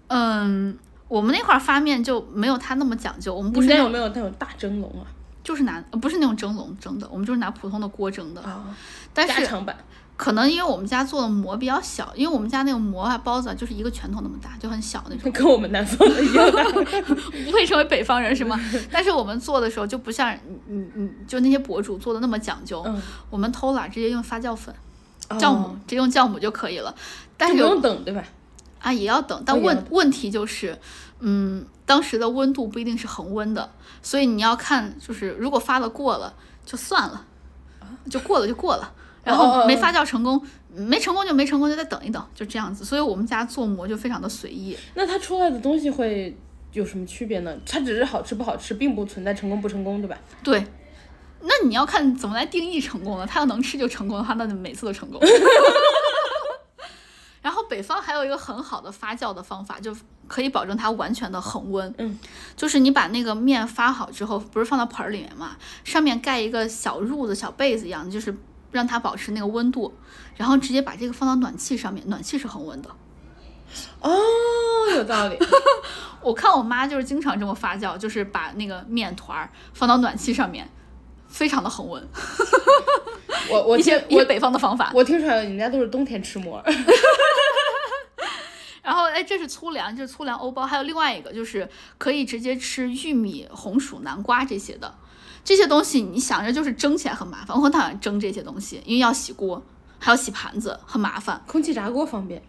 S1: 嗯，我们那块儿发面就没有他那么讲究，我们不
S2: 你
S1: 是那
S2: 们家有
S1: 种，
S2: 没有那种大蒸笼啊？
S1: 就是拿呃不是那种蒸笼蒸的，我们就是拿普通的锅蒸的。
S2: 啊，
S1: 但
S2: 加
S1: 是
S2: 长版
S1: 可能因为我们家做的馍比较小，因为我们家那种馍啊包子啊就是一个拳头那么大，就很小那种。
S2: 跟我们南方的一样大。
S1: 不会成为北方人是吗？ 但是我们做的时候就不像你你你就那些博主做的那么讲究，
S2: 嗯，
S1: 我们偷懒直接用发酵粉、
S2: 哦
S1: 酵母，直接用酵母就可以了。但
S2: 就是不
S1: 有
S2: 用等对吧？
S1: 啊也要等，
S2: 哦
S1: 但
S2: 也要
S1: 问
S2: 等
S1: 问题就是，嗯，当时的温度不一定是恒温的，所以你要看就是如果发了过了就算了，就过了就过 了。然
S2: 啊哦哦
S1: 后
S2: 哦
S1: 没发酵成功，没成功就没成功，就再等一等，就这样子。所以我们家做馍就非常的随意。
S2: 那它出来的东西会有什么区别呢？它只是好吃不好吃，并不存在成功不成功，对吧？
S1: 对，那你要看怎么来定义成功了。他要能吃就成功的话，那就每次都成功。然后北方还有一个很好的发酵的方法，就可以保证它完全的恒温。
S2: 嗯，
S1: 就是你把那个面发好之后，不是放到盆儿里面嘛，上面盖一个小褥子、小被子一样，就是让它保持那个温度，然后直接把这个放到暖气上面，暖气是恒温的。
S2: 哦，有道理。
S1: 我看我妈就是经常这么发酵，就是把那个面团儿放到暖气上面，非常的恒温。
S2: 我我
S1: 一
S2: 听
S1: 些一些
S2: 我
S1: 北方的方法。
S2: 我听出来了，你们家都是冬天吃馍。
S1: 然后，哎，这是粗粮，这是粗粮欧包，还有另外一个就是可以直接吃玉米、红薯、南瓜这些的。这些东西你想着就是蒸起来很麻烦，我很讨厌蒸这些东西，因为要洗锅，还要洗盘子，很麻烦。
S2: 空气炸锅方便。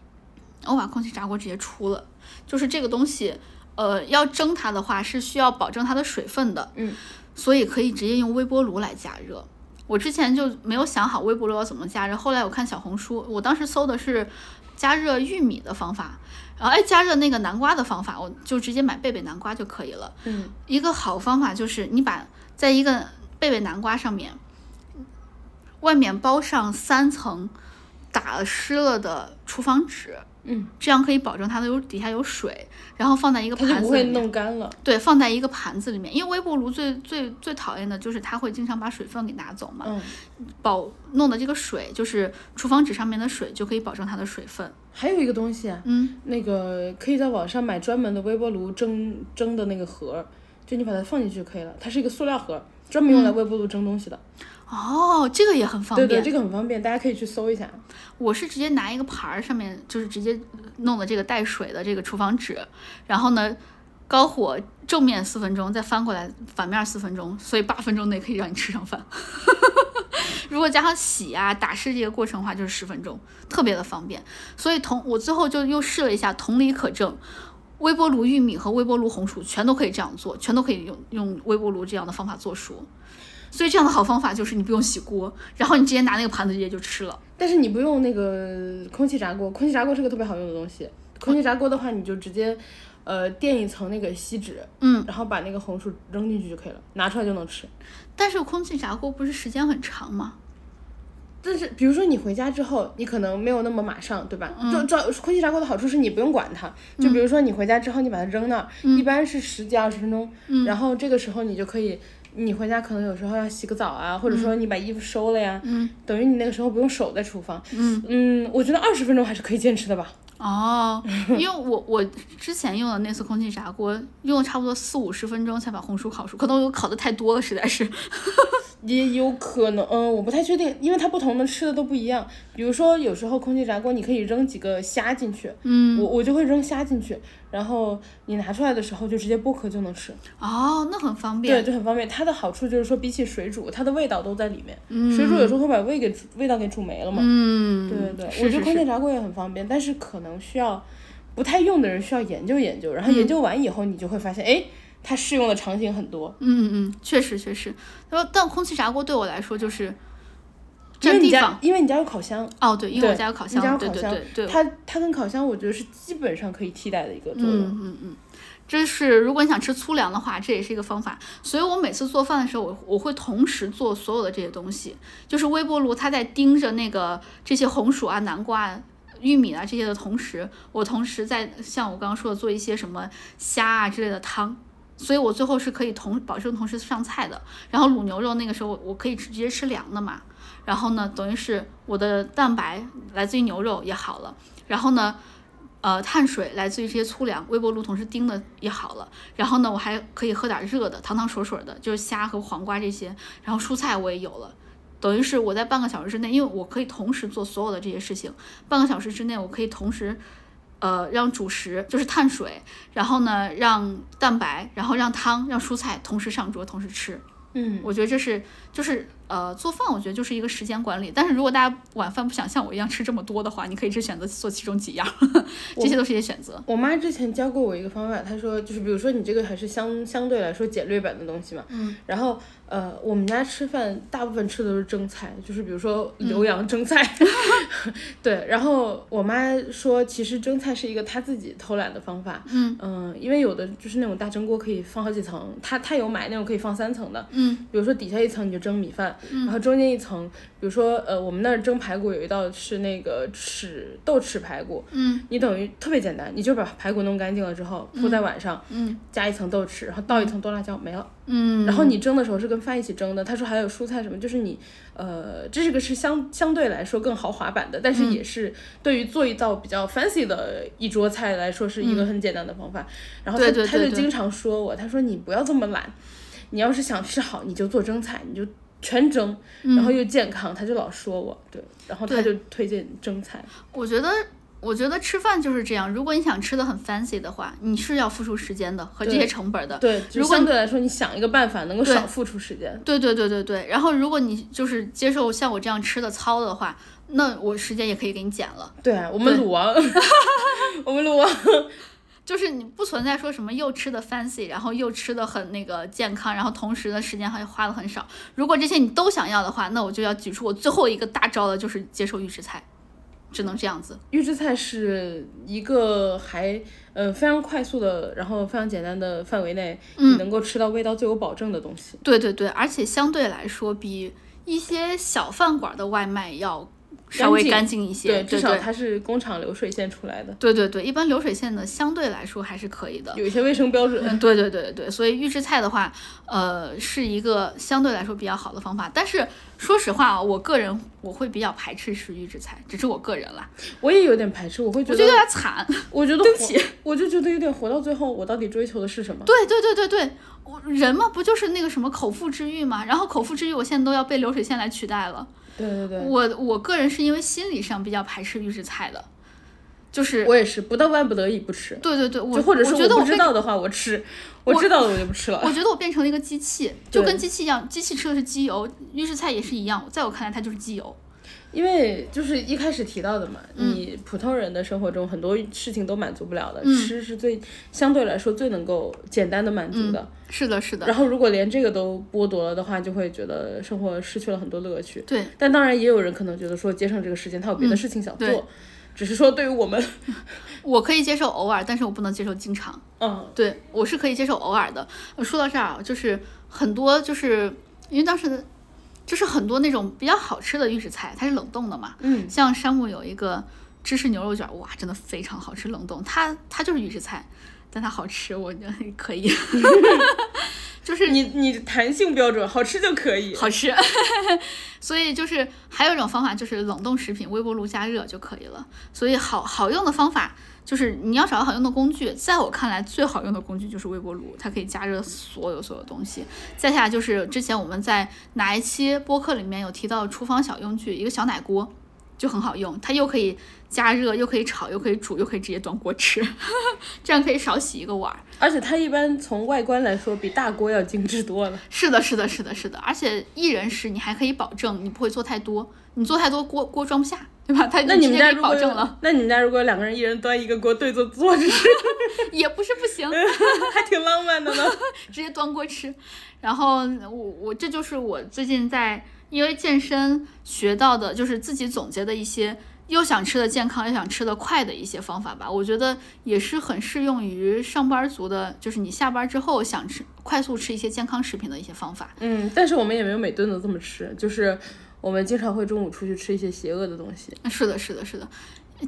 S1: 我把空气炸锅直接出了，就是这个东西，呃，要蒸它的话是需要保证它的水分的，
S2: 嗯，
S1: 所以可以直接用微波炉来加热。我之前就没有想好微波炉要怎么加热，后来我看小红书，我当时搜的是加热玉米的方法，然后哎加热那个南瓜的方法，我就直接买贝贝南瓜就可以了。
S2: 嗯，
S1: 一个好方法就是你把在一个贝贝南瓜上面，外面包上三层打湿了的厨房纸，
S2: 嗯，
S1: 这样可以保证它的有底下有水，然后放在一个
S2: 它就
S1: 盘
S2: 不
S1: 子
S2: 会
S1: 里面。
S2: 弄干了。
S1: 对，放在一个盘子里面，因为微波炉最最最讨厌的就是它会经常把水分给拿走嘛，
S2: 嗯，
S1: 保弄的这个水就是厨房纸上面的水就可以保证它的水分。
S2: 还有一个东西啊，
S1: 嗯，
S2: 那个可以在网上买专门的微波炉蒸蒸的那个盒儿，就你把它放进去就可以了。它是一个塑料盒儿，专门用
S1: 嗯
S2: 来微波炉蒸东西的。
S1: 哦，这个也很方
S2: 对
S1: 便。
S2: 对，这个很方便，大家可以去搜一下。
S1: 我是直接拿一个盘儿，上面就是直接弄的这个带水的这个厨房纸，然后呢，高火正面四分钟，再翻过来反面四分钟，所以八分钟内可以让你吃上饭。 如果加上洗啊、打湿这个过程的话，就是十分钟，特别的方便。所以同我最后就又试了一下，同理可证，微波炉玉米和微波炉红薯全都可以这样做，全都可以用用微波炉这样的方法做熟。所以这样的好方法就是你不用洗锅，然后你直接拿那个盘子直接就吃了。
S2: 但是你不用那个空气炸锅，空气炸锅是个特别好用的东西。空气炸锅的话，你就直接，呃，垫一层那个锡纸，
S1: 嗯，
S2: 然后把那个红薯扔进去就可以了，拿出来就能吃。
S1: 但是空气炸锅不是时间很长吗？
S2: 但是，比如说你回家之后，你可能没有那么马上，对吧？就照空气炸锅的好处是你不用管它。就比如说你回家之后，你把它扔那儿，一般是十几二十分钟。然后这个时候你就可以，你回家可能有时候要洗个澡啊，或者说你把衣服收了呀，等于你那个时候不用守在厨房。嗯我觉得二十分钟还是可以坚持的吧。
S1: 哦， 因为我我之前用的那次空气炸锅，用了差不多四五十分钟才把红薯烤熟，可能我烤的太多了，实在是。
S2: 也有可能，嗯，我不太确定，因为它不同的吃的都不一样。比如说，有时候空气炸锅你可以扔几个虾进去，嗯，我我就会扔虾进去，然后你拿出来的时候就直接剥壳就能吃，
S1: 哦，那很方
S2: 对，
S1: 便。
S2: 就很方便。它的好处就是说，比起水煮，它的味道都在里面。水煮有时候会把味给煮味道给煮没了嘛。
S1: 嗯，
S2: 对对对，
S1: 是
S2: 我
S1: 是
S2: 觉得空
S1: 是
S2: 气炸锅也很方便，但是可能需要不太用的人需要研究研究，
S1: 嗯
S2: 然后研究完以后你就会发现，哎、它适用的场景很多。
S1: 嗯嗯，确实确实。然后，但空气炸锅对我来说就是
S2: 因为
S1: 占
S2: 你
S1: 地
S2: 家
S1: 方。
S2: 因为你家有烤箱，
S1: 哦，对，因为我
S2: 对
S1: 家有烤
S2: 你
S1: 箱，
S2: 家有
S1: 对
S2: 烤
S1: 对
S2: 箱
S1: 对对，
S2: 它它跟烤箱，我觉得是基本上可以替代的一个作用。
S1: 嗯嗯嗯，这是如果你想吃粗粮的话，这也是一个方法。所以我每次做饭的时候，我我会同时做所有的这些东西，就是微波炉它在盯着那个这些红薯啊、南瓜啊。玉米啊这些的同时，我同时在像我刚刚说的做一些什么虾啊之类的汤，所以我最后是可以同保证同时上菜的。然后卤牛肉那个时候我我可以直接吃凉的嘛，然后呢，等于是我的蛋白来自于牛肉也好了，然后呢，呃，碳水来自于这些粗粮，微波炉同时叮的也好了。然后呢，我还可以喝点热的，汤汤水水的，就是虾和黄瓜这些。然后蔬菜我也有了，等于是我在半个小时之内，因为我可以同时做所有的这些事情，半个小时之内我可以同时。呃，让主食就是碳水，然后呢，让蛋白，然后让汤，让蔬菜同时上桌，同时吃。
S2: 嗯
S1: 我觉得这是就是呃做饭，我觉得就是一个时间管理。但是如果大家晚饭不想像我一样吃这么多的话，你可以只选择做其中几样，这些都是一些选择。
S2: 我妈之前教过我一个方法，她说就是比如说你这个还是相相对来说简略版的东西嘛，嗯，然后呃我们家吃饭大部分吃的都是蒸菜，就是比如说浏阳蒸菜， 对，然后我妈说其实蒸菜是一个她自己偷懒的方法，嗯因为有的就是那种大蒸锅可以放好几层，她她有买那种可以放三层的，
S1: 嗯，
S2: 比如说底下一层你就蒸米饭，然后中间一层，比如说呃我们那儿蒸排骨有一道是那个豉豆豉排骨，
S1: 嗯
S2: 你等于特别简单，你就把排骨弄干净了之后铺在碗上，
S1: 嗯
S2: 加一层豆豉，然后倒一层剁辣椒，没了。
S1: 嗯
S2: 然后你蒸的时候是跟饭一起蒸的，他说还有蔬菜什么，就是你，呃，这个是相相对来说更豪华版的，
S1: 嗯
S2: 但是也是对于做一道比较 fancy 的一桌菜来说是一个很简单的方法。然后他
S1: 对嗯对
S2: 他
S1: 对
S2: 就
S1: 对
S2: 经常说我，他说你不要这么懒，你要是想吃好，你就做蒸菜，你就。全蒸，然后又健康，他就老说我对，然后他就
S1: 嗯对
S2: 推荐蒸菜。
S1: 我觉得。我觉得吃饭就是这样，如果你想吃的很 fancy 的话，你是要付出时间的和这些
S2: 对
S1: 成本的。
S2: 对，就
S1: 如果
S2: 相对来说，你想一个办法能够
S1: 对
S2: 少付出时间。
S1: 对对对对对。然后，如果你就是接受像我这样吃的糙的话，那我时间也可以给你减了。
S2: 对啊，我们
S1: 呃对
S2: 鲁王， 我们鲁王，
S1: 就是你不存在说什么又吃的 fancy，然后又吃的很那个健康，然后同时的时间还花的很少。如果这些你都想要的话，那我就要举出我最后一个大招了，就是接受预制菜，只能这样子。
S2: 预制菜是一个还呃非常快速的，然后非常简单的范围内，
S1: 嗯
S2: 你能够吃到味道最有保证的东西。
S1: 对对对，而且相对来说，比一些小饭馆的外卖要稍微干
S2: 干
S1: 净一些。
S2: 对，
S1: 对
S2: 至少
S1: 对
S2: 它是工厂流水线出来的，
S1: 对对对，一般流水线的相对来说还是可以的。
S2: 有一些卫生标准。
S1: 嗯，对对对对对，所以预制菜的话，呃，是一个相对来说比较好的方法。但是说实话啊，我个人我会比较排斥吃预制菜，只是我个人啦，
S2: 我也有点排斥，我会觉
S1: 我觉得有
S2: 得，
S1: 点惨。
S2: 我觉得
S1: 对不起
S2: 活，我就觉得有点活到最后，我到底追求的是什么？
S1: 对对对对对，我人嘛不就是那个什么口腹之欲嘛，然后口腹之欲我现在都要被流水线来取代了。
S2: 对对对，
S1: 我我个人是因为心理上比较排斥预制菜的，就是
S2: 我也是，不到万不得已不吃，
S1: 对对对，我
S2: 就或者
S1: 我
S2: 是
S1: 觉得
S2: 不
S1: 我
S2: 知
S1: 被
S2: 道的话，我吃，我知道了我就不吃了。
S1: 我觉得我变成了一个机器，就
S2: 对
S1: 跟机器一样，机器吃的是机油，预制菜也是一样，在我看来它就是机油。
S2: 因为就是一开始提到的嘛，
S1: 嗯
S2: 你普通人的生活中很多事情都满足不了
S1: 嗯
S2: 的，吃是最相对来说最能够简单的满足的。
S1: 是的，是的，
S2: 然后如果连这个都剥夺了的话，就会觉得生活失去了很多乐趣。
S1: 对，
S2: 但当然也有人可能觉得说节省这个时间，他有别的事情想做，
S1: 嗯对
S2: 只是说对于我们，
S1: 我可以接受偶尔，但是我不能接受经常。
S2: 嗯，
S1: 对我是可以接受偶尔的。呃说到这儿啊，就是很多就是因为当时的就是很多那种比较好吃的预制菜，它是冷冻的嘛，
S2: 嗯，
S1: 像山姆有一个芝士牛肉卷，哇，真的非常好吃，冷冻，它它就是预制菜，但它好吃，我觉得可以，就是
S2: 你你弹性标准，好吃就可以。
S1: 好吃。 所以就是还有一种方法就是冷冻食品，微波炉加热就可以了。所以好好用的方法就是你要找到好用的工具，在我看来最好用的工具就是微波炉，它可以加热所有所有东西。再下来就是之前我们在哪一期播客里面有提到厨房小用具，一个小奶锅。就很好用，它又可以加热，又可以炒，又可以煮，又可以直接端锅吃， 这样可以少洗一个碗儿。
S2: 而且它一般从外观来说，比大锅要精致多了。
S1: 是的，是的，是的，是的，而且一人食你还可以保证你不会做太多，你做太多锅锅装不下，对吧？他
S2: 那你
S1: 直
S2: 们
S1: 接
S2: 家
S1: 给哎
S2: 如
S1: 你
S2: 果
S1: 保
S2: 有
S1: 证 了，
S2: 那你们家如果两个人一人端一个锅对着坐着吃，
S1: 也不是不行，
S2: 还挺浪漫的呢。
S1: 直接端锅吃。然后我我这就是我最近在因为健身学到的，就是自己总结的一些又想吃的健康又想吃的快的一些方法吧。我觉得也是很适用于上班族的，就是你下班之后想吃快速吃一些健康食品的一些方法。
S2: 嗯，但是我们也没有每顿都这么吃，就是我们经常会中午出去吃一些邪恶的东西。
S1: 是的，是的，是的，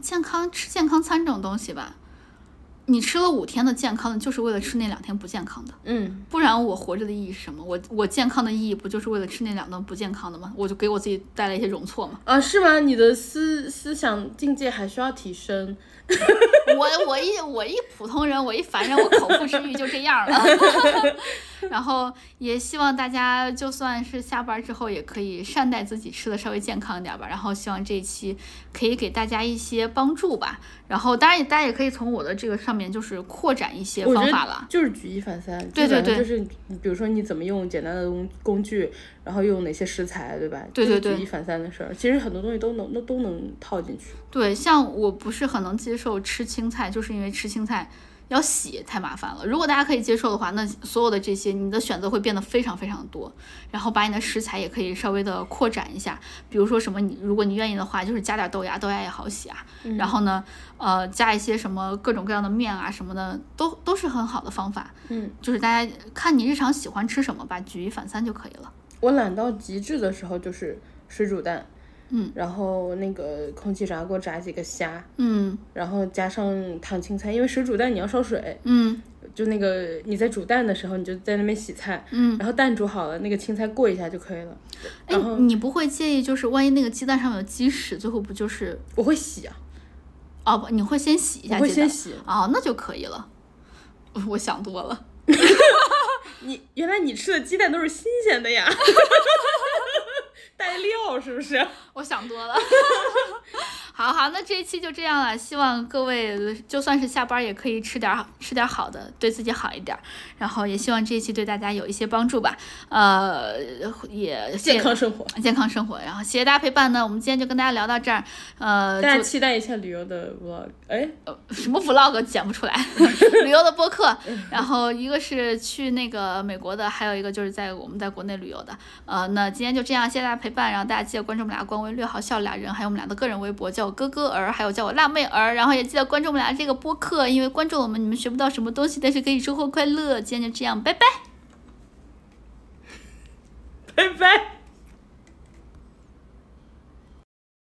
S1: 健康吃健康餐这种东西吧，你吃了五天的健康的，就是为了吃那两天不健康的，
S2: 嗯，
S1: 不然我活着的意义是什么？我我健康的意义不就是为了吃那两顿不健康的吗？我就给我自己带来一些容错嘛。
S2: 啊，是吗？你的思思想境界还需要提升。
S1: 我我一我一普通人，我一凡人，我口腹之欲就这样 了。 然后也希望大家就算是下班之后，也可以善待自己，吃的稍微健康一点吧。然后希望这一期可以给大家一些帮助吧。然后当然也大家也可以从我的这个上面就是扩展一些
S2: 我觉
S1: 方
S2: 得
S1: 法了。
S2: 就是举一反三，
S1: 对
S2: 基本
S1: 对
S2: 上就是你比如说你怎么用简单的工工具，然后用哪些食材，对吧？
S1: 对
S2: 就是
S1: 对对
S2: 举一反三的事儿，其实很多东西都能都都能套进去。
S1: 对，像我不是很能接受吃青菜，就是因为吃青菜要洗太麻烦了。如果大家可以接受的话，那所有的这些你的选择会变得非常非常多，然后把你的食材也可以稍微的扩展一下，比如说什么你如果你愿意的话，就是加点豆芽，豆芽也好洗啊。然后呢，呃，加一些什么各种各样的面啊什么的，都都是很好的方法。
S2: 嗯，
S1: 就是大家看你日常喜欢吃什么吧，举一反三就可以了。
S2: 我懒到极致的时候就是水煮蛋，
S1: 嗯，
S2: 然后那个空气炸锅炸几个虾，
S1: 嗯
S2: 然后加上烫青菜，因为水煮蛋你要烧水，
S1: 嗯
S2: 就那个你在煮蛋的时候，你就在那边洗菜，
S1: 嗯，
S2: 然后蛋煮好了，那个青菜过一下就可以了。
S1: 哎，你不会介意就是万一那个鸡蛋上面有鸡屎，最后不就是
S2: 我会洗啊，
S1: 哦，不，你会先洗一
S2: 我
S1: 下
S2: 会
S1: 鸡蛋
S2: 先洗。
S1: 哦，那就可以了。 我想多了，
S2: 你原来你吃的鸡蛋都是新鲜的 呀，带料是不是？
S1: 我想多了。 好好，那这一期就这样了。希望各位就算是下班也可以吃点儿吃点儿好的，对自己好一点儿。然后也希望这一期对大家有一些帮助吧。呃，也谢
S2: 健康生活，
S1: 健康生活。然后谢谢大家陪伴呢。我们今天就跟大家聊到这儿。呃，
S2: 大家期待一下旅游的 vlog。哎，
S1: 什么 vlog 剪不出来，旅游的播客，然后一个是去那个美国的，还有一个就是在我们在国内旅游的。呃，那今天就这样，谢谢大家陪伴，然后大家记得关注我们俩官微“略好笑俩人”，还有我们俩的个人微博，叫我哥哥儿，还有叫我辣妹儿，然后也记得关注我们俩这个播客，因为关注了我们，你们学不到什么东西，但是可以收获快乐。今天就这样，拜拜。
S2: 拜拜。